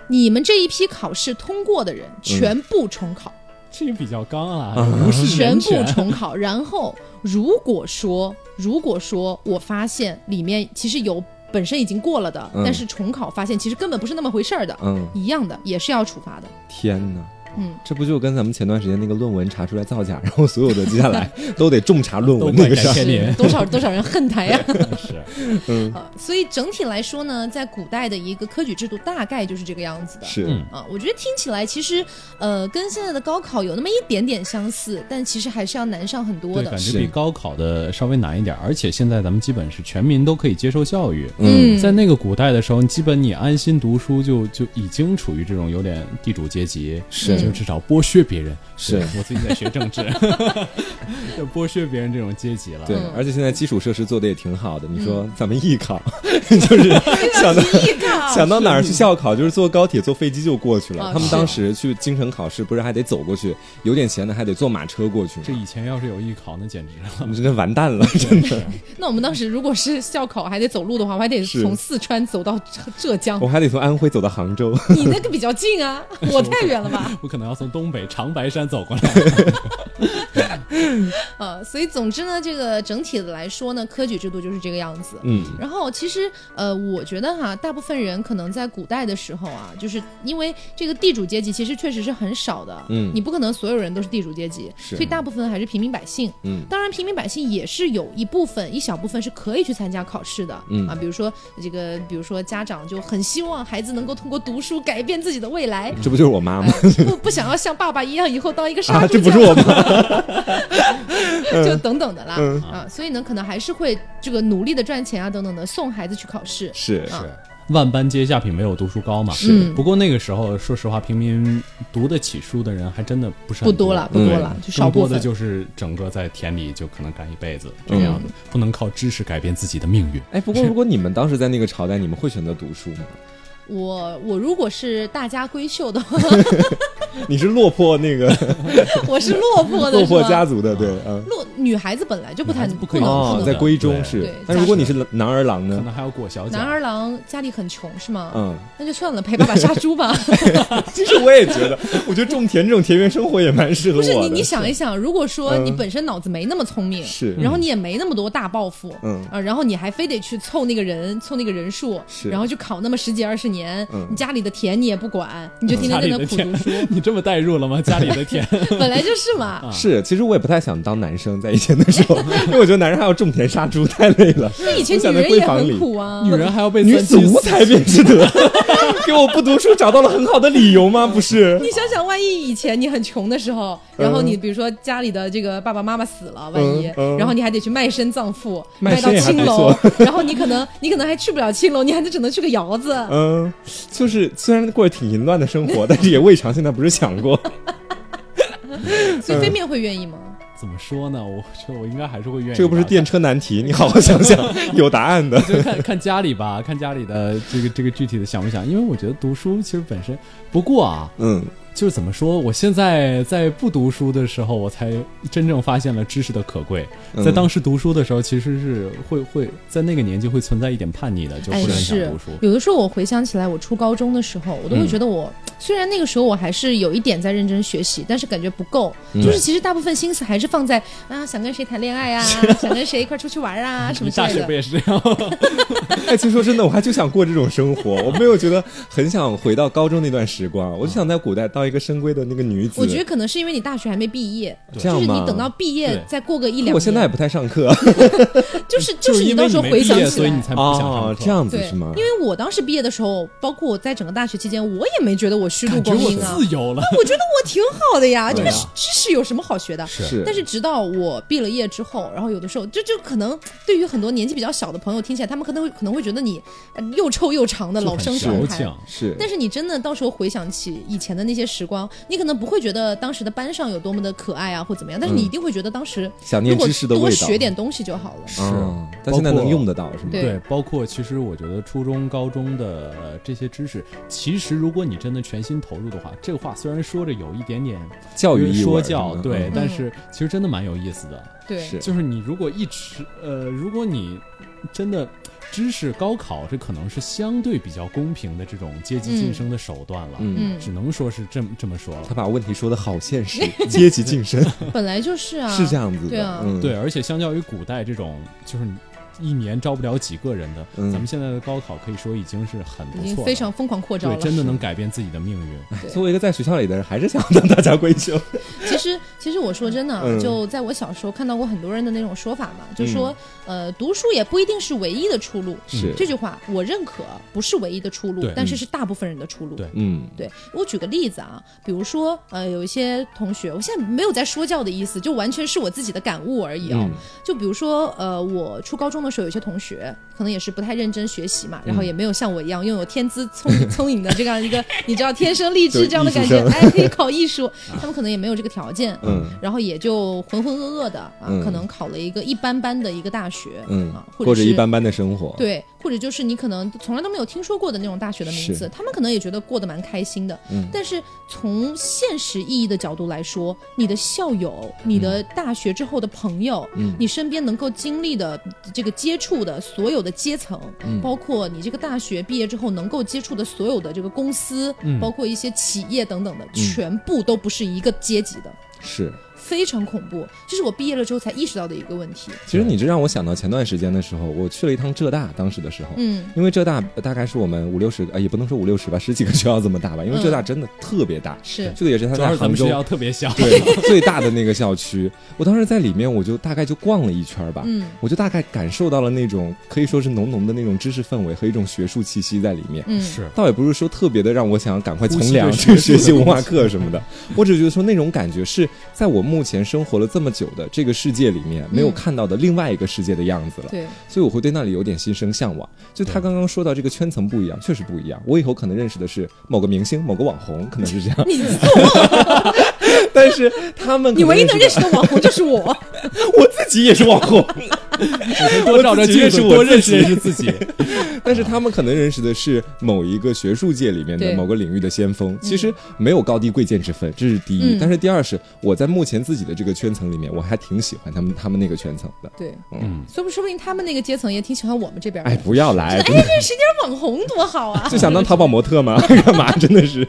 [SPEAKER 2] 你们这一批考试通过的
[SPEAKER 3] 嗯
[SPEAKER 2] 人全部重考，
[SPEAKER 1] 这个比较刚啊，无视
[SPEAKER 2] 全
[SPEAKER 1] 人
[SPEAKER 2] 部
[SPEAKER 1] 权。
[SPEAKER 2] 重考。然后如果说，如果说我发现里面其实有本身已经过了的，
[SPEAKER 3] 嗯
[SPEAKER 2] 但是重考发现其实根本不是那么回事儿的，
[SPEAKER 3] 嗯，
[SPEAKER 2] 一样的也是要处罚的。
[SPEAKER 3] 天哪！
[SPEAKER 2] 嗯，
[SPEAKER 3] 这不就跟咱们前段时间那个论文查出来造假，然后所有的接下 来都得重查论文
[SPEAKER 1] 都
[SPEAKER 3] 那个
[SPEAKER 1] 怪
[SPEAKER 3] 事
[SPEAKER 1] 改
[SPEAKER 3] 儿？
[SPEAKER 1] 天
[SPEAKER 2] 是
[SPEAKER 1] 年
[SPEAKER 2] 多少多少人恨他呀、
[SPEAKER 1] 是
[SPEAKER 3] 嗯
[SPEAKER 2] 啊！ 所以整体来说呢，在古代的一个科举制度大概就是这个样子的。
[SPEAKER 3] 是，
[SPEAKER 1] 嗯
[SPEAKER 2] 啊，我觉得听起来其实，呃，跟现在的高考有那么一点点相似，但其实还是要难上很多
[SPEAKER 1] 对，
[SPEAKER 2] 的
[SPEAKER 1] 感。
[SPEAKER 3] 是
[SPEAKER 1] 觉比高考的稍微难一点，而且现在咱们基本是全民都可以接受教育。
[SPEAKER 3] 嗯
[SPEAKER 1] 在那个古代的时候，你基本你安心读书就就已经处于这种有点地主阶级，
[SPEAKER 3] 是
[SPEAKER 1] 就至少剥削别人。
[SPEAKER 3] 是
[SPEAKER 1] 对我最近在学政治， 就剥削别人这种阶级了。
[SPEAKER 3] 对
[SPEAKER 2] 嗯，
[SPEAKER 3] 而且现在基础设施做的也挺好的。你说咱们艺考， 就是想 到想到哪儿去校考，就是坐高铁、坐飞机就过去了。
[SPEAKER 2] 啊
[SPEAKER 3] 他们
[SPEAKER 2] 是
[SPEAKER 3] 当时去京城考试，不是还得走过去，有点钱的还得坐马车过去吗
[SPEAKER 1] 这以前要是有艺考，那简直
[SPEAKER 3] 我
[SPEAKER 1] 了。
[SPEAKER 3] 们真的完蛋了，真的。
[SPEAKER 2] 那我们当时如果是校考还得走路的话，我还得
[SPEAKER 3] 是
[SPEAKER 2] 从四川走到浙浙江
[SPEAKER 3] 我，还得从安徽走到杭州。
[SPEAKER 2] 你那个比较 近啊，我太远了吧？
[SPEAKER 1] 我可能要从东北长白山走过来。
[SPEAKER 2] 呃，所以总之呢，这个整体的来说呢，科举制度就是这个样子。
[SPEAKER 3] 嗯，
[SPEAKER 2] 然后其实呃，我觉得哈，大部分人可能在古代的时候啊，就是因为这个地主阶级其实确实是很少的，
[SPEAKER 3] 嗯
[SPEAKER 2] 你不可能所有人都是地主阶级，
[SPEAKER 3] 是
[SPEAKER 2] 所以大部分还是平民百姓。
[SPEAKER 3] 嗯
[SPEAKER 2] 当然，平民百姓也是有一部分、一小部分是可以去参加考试的，
[SPEAKER 3] 嗯
[SPEAKER 2] 啊，比如说这个，比如说家长就很希望孩子能够通过读书改变自己的 未来，
[SPEAKER 3] 这不就是我妈吗？
[SPEAKER 2] 哎不不想要像爸爸一样以后当一个杀猪
[SPEAKER 3] 啊，这不
[SPEAKER 2] 匠、
[SPEAKER 3] 是我嗯妈。
[SPEAKER 2] 就等等的啦、啊，所以呢，可能还是会这个努力的赚钱啊，等等的送孩子去考试。
[SPEAKER 3] 是
[SPEAKER 2] 啊
[SPEAKER 1] 万般皆下品，唯有读书高嘛。
[SPEAKER 2] 是嗯
[SPEAKER 1] 不过那个时候，说实话，平民读得起书的人还真的不是很
[SPEAKER 2] 不多了，不多了，就少
[SPEAKER 1] 更
[SPEAKER 2] 部
[SPEAKER 1] 多的
[SPEAKER 2] 分。嗯
[SPEAKER 1] 就是整个在田里就可能干一辈子这个样子，不能靠知识改变自己的命运。
[SPEAKER 3] 哎，不过如果你们当时在那个朝代，你们会选择读书吗？
[SPEAKER 2] 我我如果是大家闺秀的话，
[SPEAKER 3] 你是落魄那个
[SPEAKER 2] 我是落 魄的，
[SPEAKER 3] 落魄
[SPEAKER 2] 是吗
[SPEAKER 3] 家族的，对，嗯。
[SPEAKER 2] 落女孩子本来就不太
[SPEAKER 1] 女孩子不可以
[SPEAKER 2] 能
[SPEAKER 1] 哦
[SPEAKER 2] 不能
[SPEAKER 3] 在
[SPEAKER 1] 的
[SPEAKER 3] 闺中
[SPEAKER 1] 对
[SPEAKER 3] 是
[SPEAKER 2] 对，
[SPEAKER 3] 但如果你是男儿郎
[SPEAKER 1] 可
[SPEAKER 3] 呢？
[SPEAKER 1] 能还要裹小脚。
[SPEAKER 2] 嗯男儿郎家里很穷是吗？
[SPEAKER 3] 嗯，
[SPEAKER 2] 那就算了，陪爸爸杀猪吧。
[SPEAKER 3] 其实我也觉得，我觉得种田这种田园生活也蛮适合
[SPEAKER 2] 不是
[SPEAKER 3] 我
[SPEAKER 2] 你，
[SPEAKER 3] 的。
[SPEAKER 2] 你想一想，如果说你
[SPEAKER 3] 嗯
[SPEAKER 2] 本身脑子没那么聪明，
[SPEAKER 3] 是
[SPEAKER 2] 然后你也没那么多大抱负，
[SPEAKER 3] 嗯
[SPEAKER 2] 啊，然后你还非得去凑那个人，凑那个人数，
[SPEAKER 3] 是
[SPEAKER 2] 然后就考那么十几二十年
[SPEAKER 3] 嗯，
[SPEAKER 2] 你家里的田你也不管，你就天
[SPEAKER 1] 家
[SPEAKER 2] 天在
[SPEAKER 1] 里
[SPEAKER 2] 那
[SPEAKER 1] 的
[SPEAKER 2] 苦
[SPEAKER 1] 天
[SPEAKER 2] 读 书，，
[SPEAKER 1] 你这么代入了吗？家里的天，
[SPEAKER 2] 本来就是嘛。
[SPEAKER 3] 是，其实我也不太想当男生，在以前的时候， 因为我觉得男人还要种田杀猪 太累了。
[SPEAKER 2] 那以前
[SPEAKER 3] 我
[SPEAKER 2] 女
[SPEAKER 3] 想在
[SPEAKER 2] 人
[SPEAKER 3] 闺
[SPEAKER 2] 也
[SPEAKER 3] 房
[SPEAKER 2] 很
[SPEAKER 3] 里，
[SPEAKER 2] 苦啊，
[SPEAKER 1] 女人还要被
[SPEAKER 3] 女
[SPEAKER 1] 三
[SPEAKER 3] 子
[SPEAKER 1] 妻
[SPEAKER 3] 无
[SPEAKER 1] 四
[SPEAKER 3] 才便是德， 给我不读书找到了很好的理由吗？不是，
[SPEAKER 2] 你想想，万一以前你很穷的时候，然后你比如说家里的这个爸爸妈妈死了，万一，
[SPEAKER 3] 嗯嗯
[SPEAKER 2] 然后你还得去卖身葬父，
[SPEAKER 3] 卖
[SPEAKER 2] 到
[SPEAKER 3] 身也还
[SPEAKER 2] 青
[SPEAKER 3] 不
[SPEAKER 2] 楼
[SPEAKER 3] 错，
[SPEAKER 2] 然后你可能你可能还去不了青楼，你还得只能去个窑子。
[SPEAKER 3] 嗯，就是虽然过着挺淫乱的生活，但是也未尝现在不是想过。
[SPEAKER 2] 所以飞面会愿意吗？
[SPEAKER 1] 怎么说呢？我觉得我应该还是会愿意吧。
[SPEAKER 3] 这又不是电车难题，你好好想想，有答案的。
[SPEAKER 1] 就看看家里吧，看家里的这个这个具体的想不想？因为我觉得读书其实本身，不过啊，
[SPEAKER 3] 嗯，
[SPEAKER 1] 就是怎么说，我现在在不读书的时候，我才真正发现了知识的可贵。
[SPEAKER 3] 嗯
[SPEAKER 1] 在当时读书的时候，其实是会会在那个年纪会存在一点叛逆的，就不
[SPEAKER 2] 哎，
[SPEAKER 1] 是很想
[SPEAKER 2] 是
[SPEAKER 1] 读书。嗯
[SPEAKER 2] 有的时候我回想起来，我初高中的时候，我都会觉得我、虽然那个时候我还是有一点在认真学习，但是感觉不够，
[SPEAKER 1] 嗯
[SPEAKER 2] 就是其实大部分心思还是放在啊想跟谁谈恋 爱啊，想跟谁一块儿出去玩啊什么
[SPEAKER 1] 你
[SPEAKER 2] 之
[SPEAKER 1] 大
[SPEAKER 2] 类
[SPEAKER 1] 学
[SPEAKER 2] 的
[SPEAKER 1] 不。也是这样？
[SPEAKER 3] 哎，其实说真的，我还就想过这种生活，我没有觉得很想回到高中那段时光，我就想在古代当一个深闺的那个女子。
[SPEAKER 2] 我觉得可能是因为你大学还没毕业，
[SPEAKER 3] 对
[SPEAKER 2] 就是
[SPEAKER 3] 这样
[SPEAKER 2] 你
[SPEAKER 3] 吗
[SPEAKER 2] 等到
[SPEAKER 1] 对
[SPEAKER 2] 毕业再过个一两年，
[SPEAKER 3] 我现在也不太上课
[SPEAKER 2] 就是
[SPEAKER 1] 就
[SPEAKER 2] 就
[SPEAKER 1] 是是因为
[SPEAKER 2] 到时候
[SPEAKER 1] 没
[SPEAKER 2] 回
[SPEAKER 1] 毕
[SPEAKER 2] 想
[SPEAKER 1] 业
[SPEAKER 2] 起
[SPEAKER 1] 所以你
[SPEAKER 2] 来。
[SPEAKER 1] 才不想上课。
[SPEAKER 3] 哦这样子
[SPEAKER 2] 对
[SPEAKER 3] 是吗，
[SPEAKER 2] 因？为我当时毕业的时候，包括我在整个大学期间，我也没觉得我虚度
[SPEAKER 1] 感觉
[SPEAKER 2] 光
[SPEAKER 1] 我
[SPEAKER 2] 阴啊，
[SPEAKER 1] 自由了。
[SPEAKER 2] 我觉得我挺好的呀，这
[SPEAKER 3] 对啊
[SPEAKER 2] 个知识有什么好学的？
[SPEAKER 3] 是
[SPEAKER 2] 但是直到我毕了业之后，然后有的时候就就可能对于很多年纪比较小的朋友听起来，他们可能会可能会觉得你呃又臭又长的
[SPEAKER 1] 就
[SPEAKER 2] 老
[SPEAKER 1] 很
[SPEAKER 2] 生
[SPEAKER 1] 矫
[SPEAKER 2] 常谈
[SPEAKER 1] 情。
[SPEAKER 3] 是，
[SPEAKER 2] 但是你真的到时候回想起以前的那些时光，你可能不会觉得当时的班上有多么的可爱啊，或怎么样，但是你一定会觉得当时
[SPEAKER 3] 想
[SPEAKER 2] 如
[SPEAKER 3] 嗯念
[SPEAKER 2] 果
[SPEAKER 3] 知识的味道。
[SPEAKER 2] 多学点东西就好了。
[SPEAKER 3] 嗯
[SPEAKER 1] 是
[SPEAKER 3] 但现在
[SPEAKER 1] 包括
[SPEAKER 3] 能用得到是吗？
[SPEAKER 2] 对
[SPEAKER 1] 对，包括其实我觉得初中、高中的、呃这些知识，其实如果你真的全心投入的话，这话虽然说着有一点点
[SPEAKER 3] 教育意味
[SPEAKER 1] 说
[SPEAKER 3] 儿
[SPEAKER 1] 教，
[SPEAKER 3] 嗯
[SPEAKER 1] 对，
[SPEAKER 3] 嗯
[SPEAKER 1] 但是其实真的蛮有意思的。
[SPEAKER 2] 对，
[SPEAKER 3] 是
[SPEAKER 1] 就是你如果一直呃，如果你真的知识高考，这可能是相对比较公平的这种阶级晋升的手段了，
[SPEAKER 3] 嗯，
[SPEAKER 2] 嗯，
[SPEAKER 1] 只能说是这么这么说了
[SPEAKER 3] 他。把问题说的好现实，阶级晋升
[SPEAKER 2] 本来就是啊，
[SPEAKER 3] 是这样子
[SPEAKER 2] 对啊
[SPEAKER 3] 的，嗯，
[SPEAKER 1] 对，，而且相较于古代这种，就是你一年招不了几个人的，
[SPEAKER 3] 嗯
[SPEAKER 1] 咱们现在的高考可以说已经是很
[SPEAKER 2] 已
[SPEAKER 1] 不
[SPEAKER 2] 经
[SPEAKER 1] 错了，
[SPEAKER 2] 非常疯狂扩招
[SPEAKER 1] 对，
[SPEAKER 2] 了。
[SPEAKER 1] 真的能改变自己的命运。
[SPEAKER 3] 作为一个在学校里的人，还是想当大家闺秀。
[SPEAKER 2] 其实，其实我说真的啊，
[SPEAKER 3] 嗯
[SPEAKER 2] 就在我小时候看到过很多人的那种说法嘛，就说、
[SPEAKER 3] 嗯
[SPEAKER 2] 呃，读书也不一定是唯一的出路。
[SPEAKER 3] 是
[SPEAKER 2] 这句话我认可，不是唯一的出路
[SPEAKER 1] 对，
[SPEAKER 2] 但是是大部分人的出路。
[SPEAKER 1] 对
[SPEAKER 3] 嗯，
[SPEAKER 2] 对我举个例子啊，比如说，呃，有一些同学，我现在没有在说教的意思，就完全是我自己的感悟而已啊、
[SPEAKER 3] 嗯
[SPEAKER 2] 就比如说，呃，我初高中的时候，有些同学可能也是不太认真学习嘛，
[SPEAKER 3] 嗯
[SPEAKER 2] 然后也没有像我一样拥有天资聪聪颖的这样一 个，你知道天生丽质这样的感觉
[SPEAKER 3] 就艺术，
[SPEAKER 2] 哎，可以考 艺术，他们可能也没有这个条件，
[SPEAKER 3] 嗯，
[SPEAKER 2] 然后也就浑浑噩噩的啊，
[SPEAKER 3] 嗯
[SPEAKER 2] 可能考了一个一般般的一个大学，
[SPEAKER 3] 嗯
[SPEAKER 2] 啊，，或
[SPEAKER 3] 过
[SPEAKER 2] 者
[SPEAKER 3] 着一
[SPEAKER 2] 是
[SPEAKER 3] 般般的生活。
[SPEAKER 2] 对，或者就是你可能从来都没有听说过的那种大学的名字
[SPEAKER 3] 是，
[SPEAKER 2] 他们可能也觉得过得蛮开心的。
[SPEAKER 3] 嗯
[SPEAKER 2] 但是从现实意义的角度来说，你的校友、你的大学之后的朋友、
[SPEAKER 3] 嗯
[SPEAKER 2] 你身边能够经历的、这个接触的所有的阶层，
[SPEAKER 3] 嗯
[SPEAKER 2] 包括你这个大学毕业之后能够接触的所有的这个公司，
[SPEAKER 1] 嗯
[SPEAKER 2] 包括一些企业等等的，
[SPEAKER 3] 嗯
[SPEAKER 2] 全部都不是一个阶级的。
[SPEAKER 3] 是，
[SPEAKER 2] 非常恐怖，这是我毕业了之后才意识到的一个问题。
[SPEAKER 3] 其实你这让我想到前段时间的时候，我去了一趟浙大，当时的时候，
[SPEAKER 2] 嗯，
[SPEAKER 3] 因为浙大呃大概是我们五六十个，呃也不能说五六十吧，十几个学校这么大 吧，因为浙大真的特别大，
[SPEAKER 2] 是
[SPEAKER 3] 这个也是他
[SPEAKER 1] 主
[SPEAKER 3] 在
[SPEAKER 1] 要是咱
[SPEAKER 3] 杭
[SPEAKER 1] 们学
[SPEAKER 3] 州
[SPEAKER 1] 校特别小，
[SPEAKER 3] 对最大的那个校区。我当时在里面，我就大概就逛了一圈儿吧，
[SPEAKER 2] 嗯
[SPEAKER 3] 我就大概感受到了那种可以说是浓浓的那种知识氛围和一种学术气息在里面。
[SPEAKER 2] 嗯，
[SPEAKER 1] 是
[SPEAKER 3] 倒也不是说特别的让我想要赶快从良
[SPEAKER 1] 呼吸
[SPEAKER 3] 去
[SPEAKER 1] 对
[SPEAKER 3] 学
[SPEAKER 1] 学
[SPEAKER 3] 习
[SPEAKER 1] 习
[SPEAKER 3] 文化课什么的，我只是觉得说那种感觉是在我目前生活了这么久的这个世界里面
[SPEAKER 1] 嗯
[SPEAKER 3] 没有看到的另外一个世界的样子了，
[SPEAKER 2] 对，
[SPEAKER 3] 所以我会对那里有点心生向往。就他刚刚说到这个圈层不一样，确实 不一样。我以后可能认识的是某个明星、某个网红，可能是这样。
[SPEAKER 2] 你
[SPEAKER 3] 但是他们可
[SPEAKER 2] 你唯一
[SPEAKER 3] 能
[SPEAKER 2] 能
[SPEAKER 3] 认
[SPEAKER 2] 认
[SPEAKER 3] 识
[SPEAKER 2] 识的网红就是我。
[SPEAKER 3] 的，我自己也是网 红，
[SPEAKER 1] 多照照镜子，多认识认识
[SPEAKER 3] 自
[SPEAKER 1] 自 己。
[SPEAKER 3] 但是他们可能认识的是某一个学术界里面的
[SPEAKER 2] 对
[SPEAKER 3] 某个领域的先锋，其实没有高低贵贱之分，这是第一。
[SPEAKER 2] 嗯
[SPEAKER 3] 但是第二是我在目前自己的这个圈层里面，我还挺喜欢他们他们那个圈层的。
[SPEAKER 2] 对，
[SPEAKER 3] 嗯，
[SPEAKER 2] 所以不说不定他们那个阶层也挺喜欢我们这边的。
[SPEAKER 3] 哎，不要 来，
[SPEAKER 2] 哎，认识点网红多 好啊！
[SPEAKER 3] 就想当淘宝模特吗？ 干嘛？真的是，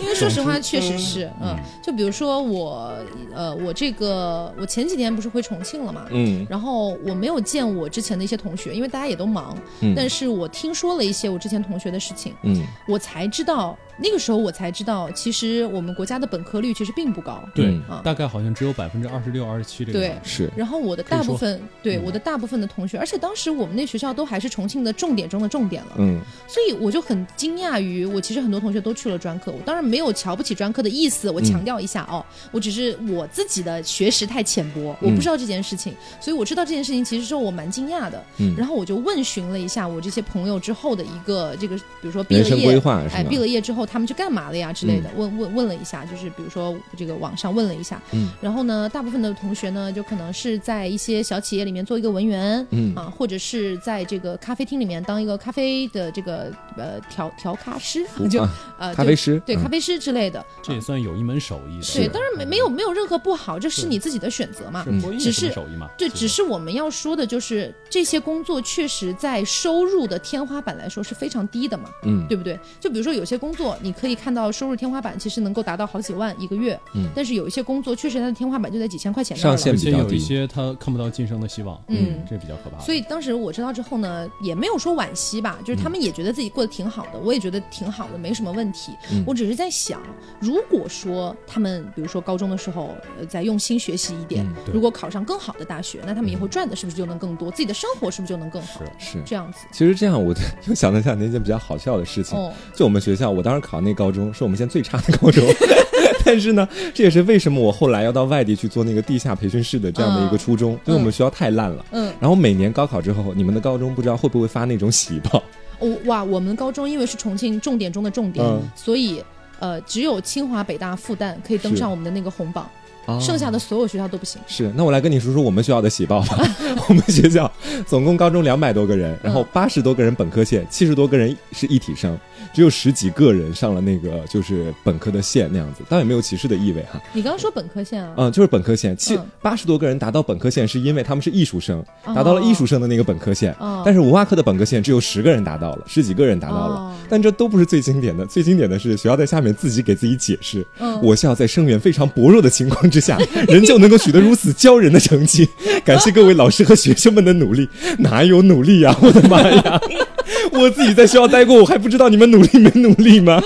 [SPEAKER 2] 因为说实话，确实是，嗯，就比如说我，呃，我这个，我前几天不是回重庆了嘛，
[SPEAKER 3] 嗯
[SPEAKER 2] 然后我没有见我之前的一些同学，因为大家也都忙，
[SPEAKER 3] 嗯
[SPEAKER 2] 但是我听说了一些我之前同学的事情，
[SPEAKER 3] 嗯，
[SPEAKER 2] 我才知道，那个时候我才知道，其实我们国家的本科率其实并不高，
[SPEAKER 1] 对
[SPEAKER 2] 嗯，
[SPEAKER 1] 大概好像只有百分之二十六、二十七这个
[SPEAKER 2] 对
[SPEAKER 1] 样子。
[SPEAKER 3] 是，
[SPEAKER 2] 然后我的
[SPEAKER 1] 可以
[SPEAKER 2] 大部
[SPEAKER 1] 说
[SPEAKER 2] 分
[SPEAKER 3] 嗯
[SPEAKER 2] 对我的大部分的同学，而且当时我们那学校都还是重庆的重点中的重点了，
[SPEAKER 3] 嗯
[SPEAKER 2] 所以我就很惊讶于，我其实很多同学都去了专科，我当然没有瞧不起专科的意思，我
[SPEAKER 3] 嗯
[SPEAKER 2] 强调一下哦，我只是我自己的学识太浅薄，
[SPEAKER 3] 嗯
[SPEAKER 2] 我不知道这件事情，所以我知道这件事情其实之后我蛮惊讶的，
[SPEAKER 3] 嗯
[SPEAKER 2] 然后我就问询了一下我这些朋友之后的一个这个，比如说毕了
[SPEAKER 3] 人生
[SPEAKER 2] 业
[SPEAKER 3] 规划是嗯
[SPEAKER 2] 哎，
[SPEAKER 3] 吗
[SPEAKER 2] 毕了业之后他们去干嘛了呀之类的，问问问了一下，就是比如说这个网上问了一下，
[SPEAKER 3] 嗯
[SPEAKER 2] 然后呢，大部分的同学呢，就可能是在一些小企业里面做一个文员，
[SPEAKER 3] 嗯
[SPEAKER 2] 啊，或者是在这个咖啡厅里面当一个咖啡的这个呃调调咖师，就、
[SPEAKER 3] 啊
[SPEAKER 2] 呃
[SPEAKER 3] 咖啡
[SPEAKER 2] 师
[SPEAKER 3] 师，
[SPEAKER 2] 对
[SPEAKER 3] 嗯
[SPEAKER 2] 咖啡师之类的，啊
[SPEAKER 1] 这也算有一门手艺的。嗯
[SPEAKER 2] 对，当然没没有没有任何不好，这是你自己的选择嘛。
[SPEAKER 1] 是播音也
[SPEAKER 2] 只是
[SPEAKER 1] 门手艺嘛？
[SPEAKER 2] 对，
[SPEAKER 1] 其
[SPEAKER 2] 只
[SPEAKER 1] 实
[SPEAKER 2] 是我们要说的就是这些工作确实在收入的天花板来说是非常低的嘛，
[SPEAKER 3] 嗯
[SPEAKER 2] 对不对？就比如说有些工作，你可以看到收入天花板其实能够达到好几万一个月，
[SPEAKER 3] 嗯
[SPEAKER 2] 但是有一些工作确实它的天花板就在几千块钱那
[SPEAKER 3] 上
[SPEAKER 2] 儿了。
[SPEAKER 3] 限
[SPEAKER 1] 而
[SPEAKER 3] 比
[SPEAKER 1] 且
[SPEAKER 3] 较
[SPEAKER 1] 有
[SPEAKER 3] 低
[SPEAKER 1] 一些他看不到晋升的希望，
[SPEAKER 2] 嗯
[SPEAKER 1] 这比较可怕。
[SPEAKER 2] 所以当时我知道之后呢，也没有说惋惜吧，就是他们也觉得自己过得挺好的，我也觉得挺好的，没什么问题。
[SPEAKER 3] 嗯
[SPEAKER 2] 我只是在想，如果说他们比如说高中的时候，呃，再用心学习一点，
[SPEAKER 3] 嗯
[SPEAKER 1] 对，
[SPEAKER 2] 如果考上更好的大学，那他们以后赚的是不是就能更多？自己的生活是不是就能更好？
[SPEAKER 3] 嗯是。
[SPEAKER 2] 这样子，
[SPEAKER 3] 其实这样，我 又想了想那件比较好笑的事情。
[SPEAKER 2] 哦，
[SPEAKER 3] 就我们学校，我当时考那高中是我们县最差的高中， 但是呢，这也是为什么我后来要到外地去做那个地下培训室的这样的一个初衷，因为我们学校太烂了。
[SPEAKER 2] 嗯，
[SPEAKER 3] 然后每年高考之后，你们的高中不知道会不会发那种喜报？
[SPEAKER 2] 我、哦哇，我们高中因为是重庆重点中的重点，
[SPEAKER 3] 嗯
[SPEAKER 2] 所以。呃，只有清华、北大、复旦可以登
[SPEAKER 3] 是哦
[SPEAKER 2] 上我们的那个红榜，哦剩下的所有学校都不行。
[SPEAKER 3] 是，那我来跟你说说我们学校的喜报吧。 我们学校总共高中两百多个人，然后
[SPEAKER 2] 嗯
[SPEAKER 3] 八十多个人本科线，七十多个人是一体生，只有十几个人上了那个就是本科的线那样子，当然也没有歧视的意味哈。
[SPEAKER 2] 你刚刚说本科线啊？
[SPEAKER 3] 嗯，就是本科线，七
[SPEAKER 2] 嗯
[SPEAKER 3] 八十多个人达到本科线，是因为他们是艺术生，
[SPEAKER 2] 哦
[SPEAKER 3] 达到了艺术生的那个本科线。
[SPEAKER 2] 哦
[SPEAKER 3] 但是文化课的本科线只有十个人达到了，十几个人达到了。
[SPEAKER 2] 哦
[SPEAKER 3] 但这都不是最经典的，最经典的是学校在下面自己给自己解释，
[SPEAKER 2] 嗯
[SPEAKER 3] 我校在生源非常薄弱的情况之下，仍旧能够取得如此骄人的成绩，感谢各位老师和学生们的努力。哪有努力呀、我的妈呀！ 我自己在学校待过，我还不知道你们努力没努力吗？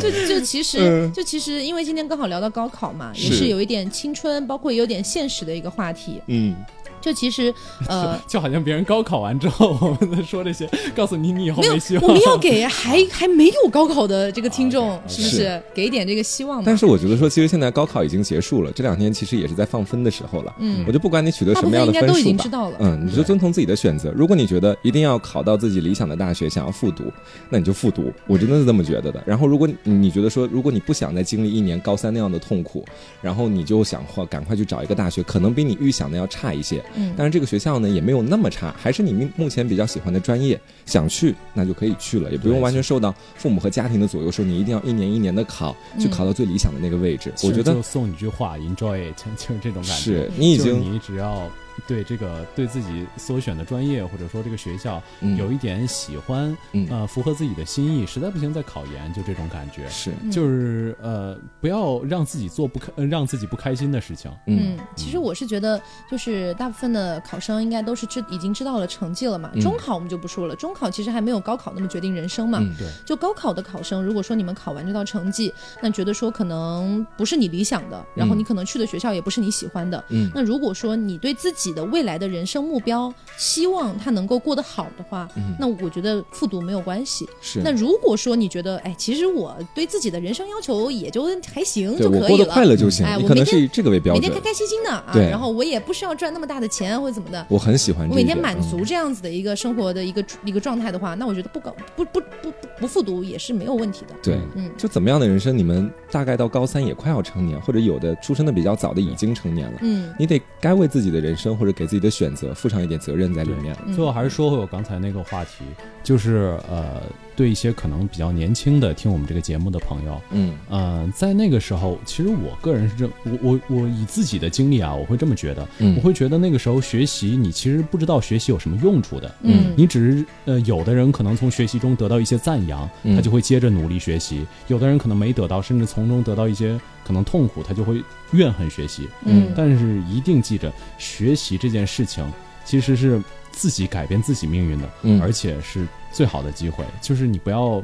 [SPEAKER 2] 就就其实、
[SPEAKER 3] 嗯
[SPEAKER 2] 就其实，因为今天刚好聊到高考嘛，也
[SPEAKER 3] 是
[SPEAKER 2] 是有一点青春，包括也有点现实的一个话题。
[SPEAKER 3] 嗯，
[SPEAKER 2] 就其实， 呃
[SPEAKER 1] 就好像别人高考完之后，我们在说这些，告诉你你以后
[SPEAKER 2] 没有
[SPEAKER 1] 没希，望。
[SPEAKER 2] 我们要给还还没有高考的这个听
[SPEAKER 3] 哦
[SPEAKER 2] 众，
[SPEAKER 1] OK，OK
[SPEAKER 2] 是不是给一点这个希望嘛？
[SPEAKER 3] 但是我觉得说，其实现在高考已经结束了，这两天其实也是在放分的时候了。
[SPEAKER 2] 嗯
[SPEAKER 3] 我就不管你取得
[SPEAKER 2] 大
[SPEAKER 3] 什
[SPEAKER 2] 部
[SPEAKER 3] 么
[SPEAKER 2] 分
[SPEAKER 3] 样
[SPEAKER 2] 应
[SPEAKER 3] 的
[SPEAKER 2] 该
[SPEAKER 3] 分
[SPEAKER 2] 都已
[SPEAKER 3] 数
[SPEAKER 2] 经
[SPEAKER 3] 吧
[SPEAKER 2] 知，道了。
[SPEAKER 3] 嗯，你就遵从自己的选择。如果你觉得一定要考到自己理想的大学，想要复读，那你就复读，我真的是这么觉得的。然后，如果你你觉得说，如果你不想再经历一年高三那样的痛苦，然后你就想或赶快去找一个大学，可能比你预想的要差一些，
[SPEAKER 2] 嗯
[SPEAKER 3] 但是这个学校呢也没有那么差，还是你目目前比较喜欢的专业，想去那就可以去了，也不用
[SPEAKER 1] 对
[SPEAKER 3] 完全受到父母和家庭的左右，说你一定要一年一年的考，去
[SPEAKER 2] 嗯
[SPEAKER 3] 考到最理想的那个位置。
[SPEAKER 1] 其
[SPEAKER 3] 我
[SPEAKER 1] 实
[SPEAKER 3] 觉得
[SPEAKER 1] 就送你句话，enjoy it，就是这种感觉。
[SPEAKER 3] 是你已
[SPEAKER 1] 就是
[SPEAKER 3] 经
[SPEAKER 1] 你只要对这个对自己所选的专业或者说这个学校
[SPEAKER 3] 嗯
[SPEAKER 1] 有一点喜欢，
[SPEAKER 3] 嗯
[SPEAKER 1] 呃，符合自己的心意，实在不行再考研，就这种感觉。
[SPEAKER 3] 是
[SPEAKER 2] 嗯
[SPEAKER 1] 就是呃，不要让自己做不开、呃让自己不开心的事情。
[SPEAKER 3] 嗯
[SPEAKER 2] 嗯，其实我是觉得，就是大部分的考生应该都是知已经知道了成绩了嘛。
[SPEAKER 3] 嗯
[SPEAKER 2] 中考我们就不说了，中考其实还没有高考那么决定人生嘛。
[SPEAKER 3] 嗯
[SPEAKER 1] 对，
[SPEAKER 2] 就高考的考生，如果说你们考完这道成绩，那觉得说可能不是你理想的，然后你可能去的学校也不是你喜欢的，
[SPEAKER 3] 嗯
[SPEAKER 2] 那如果说你对自己的未来的人生目标，希望他能够过得好的话，那我觉得复读没有关系。
[SPEAKER 3] 嗯是
[SPEAKER 2] 那如果说你觉得，哎，其实我对自己的人生要求也就还行
[SPEAKER 3] 对
[SPEAKER 2] 就
[SPEAKER 3] 我
[SPEAKER 2] 可
[SPEAKER 3] 过
[SPEAKER 2] 以
[SPEAKER 3] 得
[SPEAKER 2] 了，
[SPEAKER 3] 快乐就行
[SPEAKER 2] 哎，
[SPEAKER 3] 你
[SPEAKER 2] 我
[SPEAKER 3] 可
[SPEAKER 2] 每
[SPEAKER 3] 能
[SPEAKER 2] 天
[SPEAKER 3] 是以这个为标
[SPEAKER 2] 每天
[SPEAKER 3] 准
[SPEAKER 2] 开。开心心的啊，
[SPEAKER 3] 对
[SPEAKER 2] 然后我也不需要赚那么大的钱或者怎么的，
[SPEAKER 3] 我很喜欢
[SPEAKER 2] 我
[SPEAKER 3] 这
[SPEAKER 2] 每
[SPEAKER 3] 一
[SPEAKER 2] 天
[SPEAKER 3] 点，
[SPEAKER 2] 满
[SPEAKER 3] 嗯
[SPEAKER 2] 足这样子的一个生活的一个一个状态的话，那我觉得不搞不不不不不复读也是没有问题的。
[SPEAKER 3] 对，
[SPEAKER 2] 嗯
[SPEAKER 3] 就怎么样的人生，你们大概到高三也快要成年，或者有的出生的比较早的已经成年了，
[SPEAKER 2] 嗯，
[SPEAKER 3] 你得该为自己的人生或者给自己的选择负上一点责任在里面。
[SPEAKER 2] 嗯
[SPEAKER 1] 最后还是说回我刚才那个话题，就是呃，对一些可能比较年轻的听我们这个节目的朋友，
[SPEAKER 3] 嗯
[SPEAKER 1] 嗯、在那个时候，其实我个人是这，我我我以自己的经历啊，我会这么觉得，
[SPEAKER 3] 嗯
[SPEAKER 1] 我会觉得那个时候学习，你其实不知道学习有什么用处的，
[SPEAKER 2] 嗯
[SPEAKER 1] 你只是呃，有的人可能从学习中得到一些赞扬，
[SPEAKER 3] 嗯
[SPEAKER 1] 他就会接着努力学习；有的人可能没得到，甚至从中得到一些可能痛苦，他就会怨恨学习。
[SPEAKER 2] 嗯
[SPEAKER 1] 但是一定记着，学习这件事情其实是自己改变自己命运的，
[SPEAKER 3] 嗯
[SPEAKER 1] 而且是最好的机会。就是你不要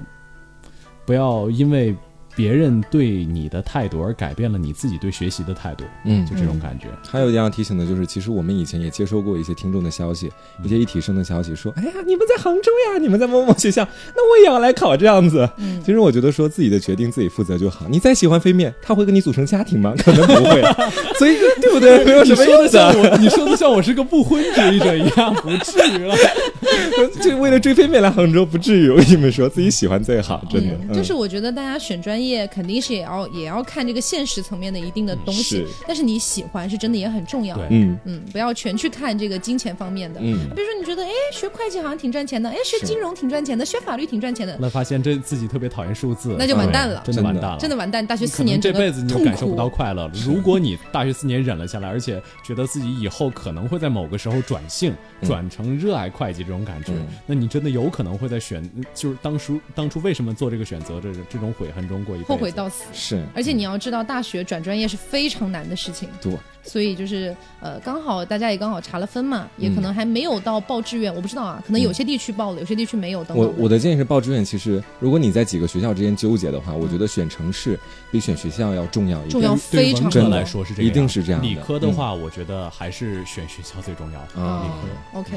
[SPEAKER 1] 不要因为别人对你的态度而改变了你自己对学习的态度，
[SPEAKER 3] 嗯
[SPEAKER 1] 就这种
[SPEAKER 2] 嗯
[SPEAKER 1] 感觉。
[SPEAKER 3] 还有一样要提醒的就是，其实我们以前也接收过一些听众的消息，一些一体生的消息，说，哎呀，你们在杭州呀，你们在某某学校，那我也要来考这样子。
[SPEAKER 2] 嗯
[SPEAKER 3] 其实我觉得说自己的决定自己负责就好。你再喜欢飞面，他会跟你组成家庭吗？可能不 会，所以对不对？没有什
[SPEAKER 1] 你
[SPEAKER 3] 么
[SPEAKER 1] 说
[SPEAKER 3] 意
[SPEAKER 1] 的
[SPEAKER 3] 思
[SPEAKER 1] 像
[SPEAKER 3] 啊。
[SPEAKER 1] 我，你说的像我是个不婚主义者一样，不至于 了。
[SPEAKER 3] 就为了追飞面来杭州，不至于。我跟你们说，自己喜欢最好，真的。嗯
[SPEAKER 2] 就是我觉得大家选专业肯定是也要也要看这个现实层面的一定的东西，
[SPEAKER 3] 是
[SPEAKER 2] 但是你喜欢是真的也很重要。
[SPEAKER 1] 嗯对
[SPEAKER 3] 嗯
[SPEAKER 2] 嗯，不要全去看这个金钱方面的。
[SPEAKER 3] 嗯
[SPEAKER 2] 比如说你觉得，哎，学会计好像挺赚钱的，哎，学
[SPEAKER 3] 是
[SPEAKER 2] 金融挺赚钱的，学法律挺赚钱的
[SPEAKER 1] 后，来发现这自己特别讨厌数字，
[SPEAKER 2] 那就完蛋了
[SPEAKER 1] 对真的完蛋了，
[SPEAKER 2] 真的完蛋。大学
[SPEAKER 1] 可
[SPEAKER 2] 四
[SPEAKER 1] 能
[SPEAKER 2] 年
[SPEAKER 1] 这
[SPEAKER 2] 整个
[SPEAKER 1] 辈子你就
[SPEAKER 2] 痛
[SPEAKER 1] 感受不
[SPEAKER 2] 苦
[SPEAKER 1] 到快乐了。如果你大学四年忍了下来，而且觉得自己以后可能会在某个时候转性，
[SPEAKER 2] 嗯
[SPEAKER 1] 转成热爱会计这种感觉
[SPEAKER 3] 嗯，
[SPEAKER 1] 那你真的有可能会在选，就是当初当初为什么做这个选择，这这种悔恨中过一辈子。
[SPEAKER 2] 后悔到死。
[SPEAKER 3] 是
[SPEAKER 2] 而且你要知道，大学转专业是非常难的事情。
[SPEAKER 3] 对，
[SPEAKER 2] 所以就是呃，刚好大家也刚好查了分嘛，
[SPEAKER 3] 嗯
[SPEAKER 2] 也可能还没有到报志愿，我不知道啊，可能有些地区报了，有些地区没有。等
[SPEAKER 3] 我
[SPEAKER 2] 等，
[SPEAKER 3] 我的建议是报志愿。其实，如果你在几个学校之间纠结的话，我觉得选城市比选学校要重要一
[SPEAKER 2] 重
[SPEAKER 3] 点
[SPEAKER 2] 要。
[SPEAKER 1] 对于
[SPEAKER 2] 非常
[SPEAKER 1] 文科
[SPEAKER 2] 多
[SPEAKER 3] 真的
[SPEAKER 1] 来说是这个
[SPEAKER 3] 一
[SPEAKER 1] 样，
[SPEAKER 3] 定是这样的嗯
[SPEAKER 1] 理科的话，我觉得还是选学校最重要。
[SPEAKER 3] 啊
[SPEAKER 2] 哦
[SPEAKER 1] 理科
[SPEAKER 2] OK。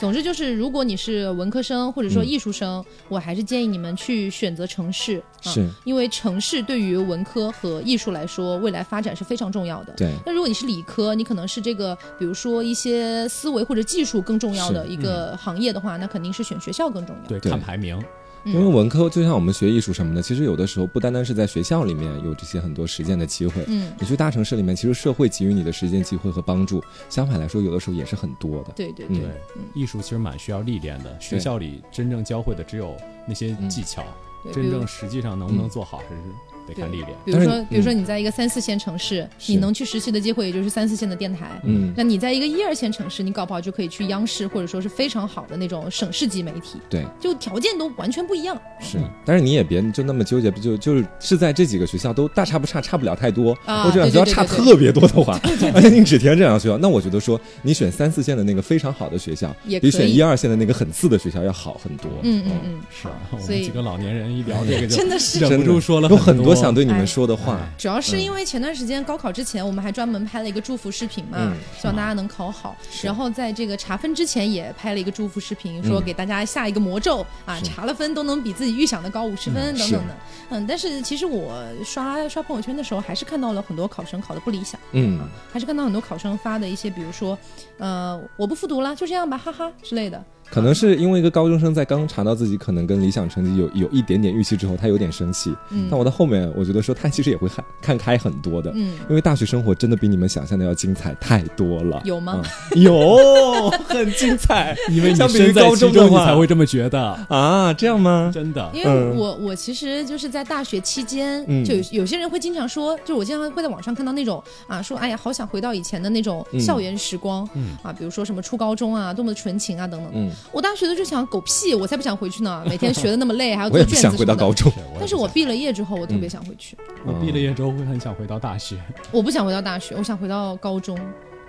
[SPEAKER 2] 总之就是，如果你是文科生或者说
[SPEAKER 3] 嗯
[SPEAKER 2] 艺术生，我还是建议你们去选择城市，啊、
[SPEAKER 3] 是
[SPEAKER 2] 因为城市对于文科和艺术来说，未来发展是非常重要的。
[SPEAKER 3] 对，
[SPEAKER 2] 那如果你是理科，你可能是这个，比如说一些思维或者技术更重要的
[SPEAKER 3] 是嗯
[SPEAKER 2] 一个行业的话，那肯定是选学校更重要。
[SPEAKER 1] 对，
[SPEAKER 3] 对
[SPEAKER 1] 看排名，
[SPEAKER 2] 嗯
[SPEAKER 3] 因为文科就像我们学艺术什么的，其实有的时候不单单是在学校里面有这些很多实践的机会。
[SPEAKER 2] 嗯，
[SPEAKER 3] 你去大城市里面，其实社会给予你的实践机会和帮助，相反来说，有的时候也是很多的。
[SPEAKER 2] 对对
[SPEAKER 3] 嗯
[SPEAKER 2] 对，
[SPEAKER 1] 艺术其实蛮需要历练的，学
[SPEAKER 3] 对
[SPEAKER 1] 校里真正教会的只有那些
[SPEAKER 3] 嗯
[SPEAKER 1] 技巧，
[SPEAKER 2] 对比
[SPEAKER 1] 真
[SPEAKER 2] 如嗯
[SPEAKER 1] 正实际上能不能做好，还是得看
[SPEAKER 2] 对
[SPEAKER 1] 历练。
[SPEAKER 2] 比如
[SPEAKER 3] 但是
[SPEAKER 2] 说
[SPEAKER 3] 你，
[SPEAKER 2] 比如说
[SPEAKER 3] 嗯
[SPEAKER 2] 你在一个三四线城市，
[SPEAKER 3] 是
[SPEAKER 2] 你能去实习的机会也就是三四线的电台。
[SPEAKER 3] 嗯，
[SPEAKER 2] 那你在一个一二线城市，你搞不好就可以去央视或者说是非常好的那种省市级媒体，
[SPEAKER 3] 对，
[SPEAKER 2] 就条件都完全不一样
[SPEAKER 3] 是。但是你也别就那么纠结，不就就是是在这几个学校都大差不差，差不了太多。
[SPEAKER 2] 啊！
[SPEAKER 3] 或者两
[SPEAKER 2] 对对
[SPEAKER 3] 学校
[SPEAKER 2] 对
[SPEAKER 3] 差
[SPEAKER 2] 对
[SPEAKER 3] 特别多的话，而且你只填这两个学校，那我觉得说你选三四线的那个非常好的学校，
[SPEAKER 2] 也可
[SPEAKER 3] 比
[SPEAKER 2] 以
[SPEAKER 3] 选一二线的那个很次的学校要好很多。
[SPEAKER 2] 嗯嗯嗯，
[SPEAKER 1] 是 啊，我
[SPEAKER 2] 所
[SPEAKER 1] 们
[SPEAKER 2] 以
[SPEAKER 1] 几个老年人一聊 这个就
[SPEAKER 2] 真的 是
[SPEAKER 1] 忍不住说了
[SPEAKER 3] 有
[SPEAKER 1] 很
[SPEAKER 3] 很
[SPEAKER 1] 多
[SPEAKER 3] 多想对你们说的话。
[SPEAKER 1] 哎
[SPEAKER 2] 主要是
[SPEAKER 3] 嗯
[SPEAKER 2] 因为前段时间高考之前，我们还专门拍了一个祝福视频嘛，
[SPEAKER 3] 嗯
[SPEAKER 2] 希望大家能考好。然后在这个查分之前也拍了一个祝福视频，
[SPEAKER 3] 嗯
[SPEAKER 2] 说给大家下一个魔咒、啊，查了分都能比自己预想的高五十分等等的。嗯，但是其实我刷刷朋友圈的时候，还是看到了很多考生考的不理想，
[SPEAKER 3] 嗯，
[SPEAKER 2] 还是看到很多考生发的一些，比如说，呃，我不复读了，就这样吧，哈哈之类的。
[SPEAKER 3] 可能是因为一个高中生在刚查到自己可能跟理想成绩有有一点点预期之后，他有点生气。
[SPEAKER 2] 嗯
[SPEAKER 3] 但我到后面，我觉得说他其实也会看看开很多的。
[SPEAKER 2] 嗯，
[SPEAKER 3] 因为大学生活真的比你们想象的要精彩太多了，
[SPEAKER 2] 有吗？
[SPEAKER 3] 嗯有，很精彩。
[SPEAKER 1] 因为你
[SPEAKER 3] 相比于
[SPEAKER 1] 身在
[SPEAKER 3] 高
[SPEAKER 1] 其
[SPEAKER 3] 中的
[SPEAKER 1] 中，你
[SPEAKER 3] 话
[SPEAKER 1] 才会这么觉得，
[SPEAKER 3] 啊，这样吗？
[SPEAKER 1] 真的。
[SPEAKER 2] 因为
[SPEAKER 3] 嗯
[SPEAKER 2] 我我其实就是在大学期间，
[SPEAKER 3] 嗯
[SPEAKER 2] 就有有些人会经常说，就我经常会在网上看到那种啊，说哎呀，好想回到以前的那种
[SPEAKER 3] 嗯
[SPEAKER 2] 校园时光，啊，比如说什么初高中啊，多么纯情啊等等。
[SPEAKER 3] 嗯，
[SPEAKER 2] 我大学的就想狗屁，我才不想回去呢，每天学的那么累，还要
[SPEAKER 3] 我
[SPEAKER 2] 哦做
[SPEAKER 3] 也不
[SPEAKER 2] 卷子
[SPEAKER 3] 想回到
[SPEAKER 2] 什么
[SPEAKER 3] 高
[SPEAKER 2] 的。
[SPEAKER 3] 中。嗯
[SPEAKER 2] 但是我毕了业之后，我特别想回去，
[SPEAKER 1] 我毕了业之后会很想回到大学，
[SPEAKER 2] 我不想回到大学，我想回到高中。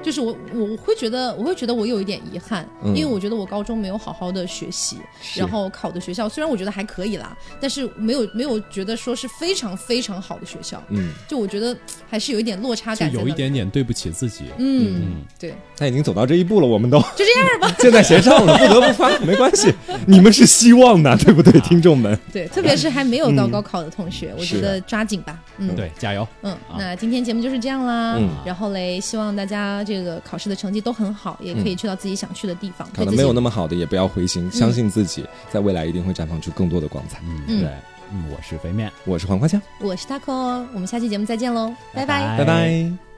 [SPEAKER 2] 就是我我我会觉得我会觉得我有一点遗憾，
[SPEAKER 3] 嗯
[SPEAKER 2] 因为我觉得我高中没有好好的学习，
[SPEAKER 3] 是
[SPEAKER 2] 然后考的学校虽然我觉得还可以啦，但是没有没有觉得说是非常非常好的学校，
[SPEAKER 3] 嗯，
[SPEAKER 2] 就我觉得还是有一点落差
[SPEAKER 1] 就
[SPEAKER 2] 感在那里，
[SPEAKER 1] 有一点点对不起自己。
[SPEAKER 2] 嗯，
[SPEAKER 1] 嗯，
[SPEAKER 2] 对，
[SPEAKER 3] 他已经走到这一步了，我们都
[SPEAKER 2] 就这样吧，
[SPEAKER 3] 箭在弦上了，不得不发，没关系，你们是希望的，对不对，听众们？
[SPEAKER 2] 对，特别是还没有到高考的同学，我觉
[SPEAKER 3] 是
[SPEAKER 2] 得抓紧吧，嗯，
[SPEAKER 1] 对，加油！
[SPEAKER 2] 嗯，那今天节目就是这样啦。
[SPEAKER 3] 嗯
[SPEAKER 2] 然后嘞，希望大家这个考试的成绩都很好，也可以去到自己想去的地方。
[SPEAKER 3] 考
[SPEAKER 2] 对
[SPEAKER 3] 的
[SPEAKER 2] 自己
[SPEAKER 3] 没有那么好的，也不要灰心，相信自己，在未来一定会绽放出更多的光彩。
[SPEAKER 1] 嗯，
[SPEAKER 2] 嗯
[SPEAKER 1] 对，嗯，我是肥面，
[SPEAKER 3] 我是黄瓜酱，
[SPEAKER 2] 我是 taco，我们下期节目再见喽，拜
[SPEAKER 1] 拜
[SPEAKER 3] 拜拜。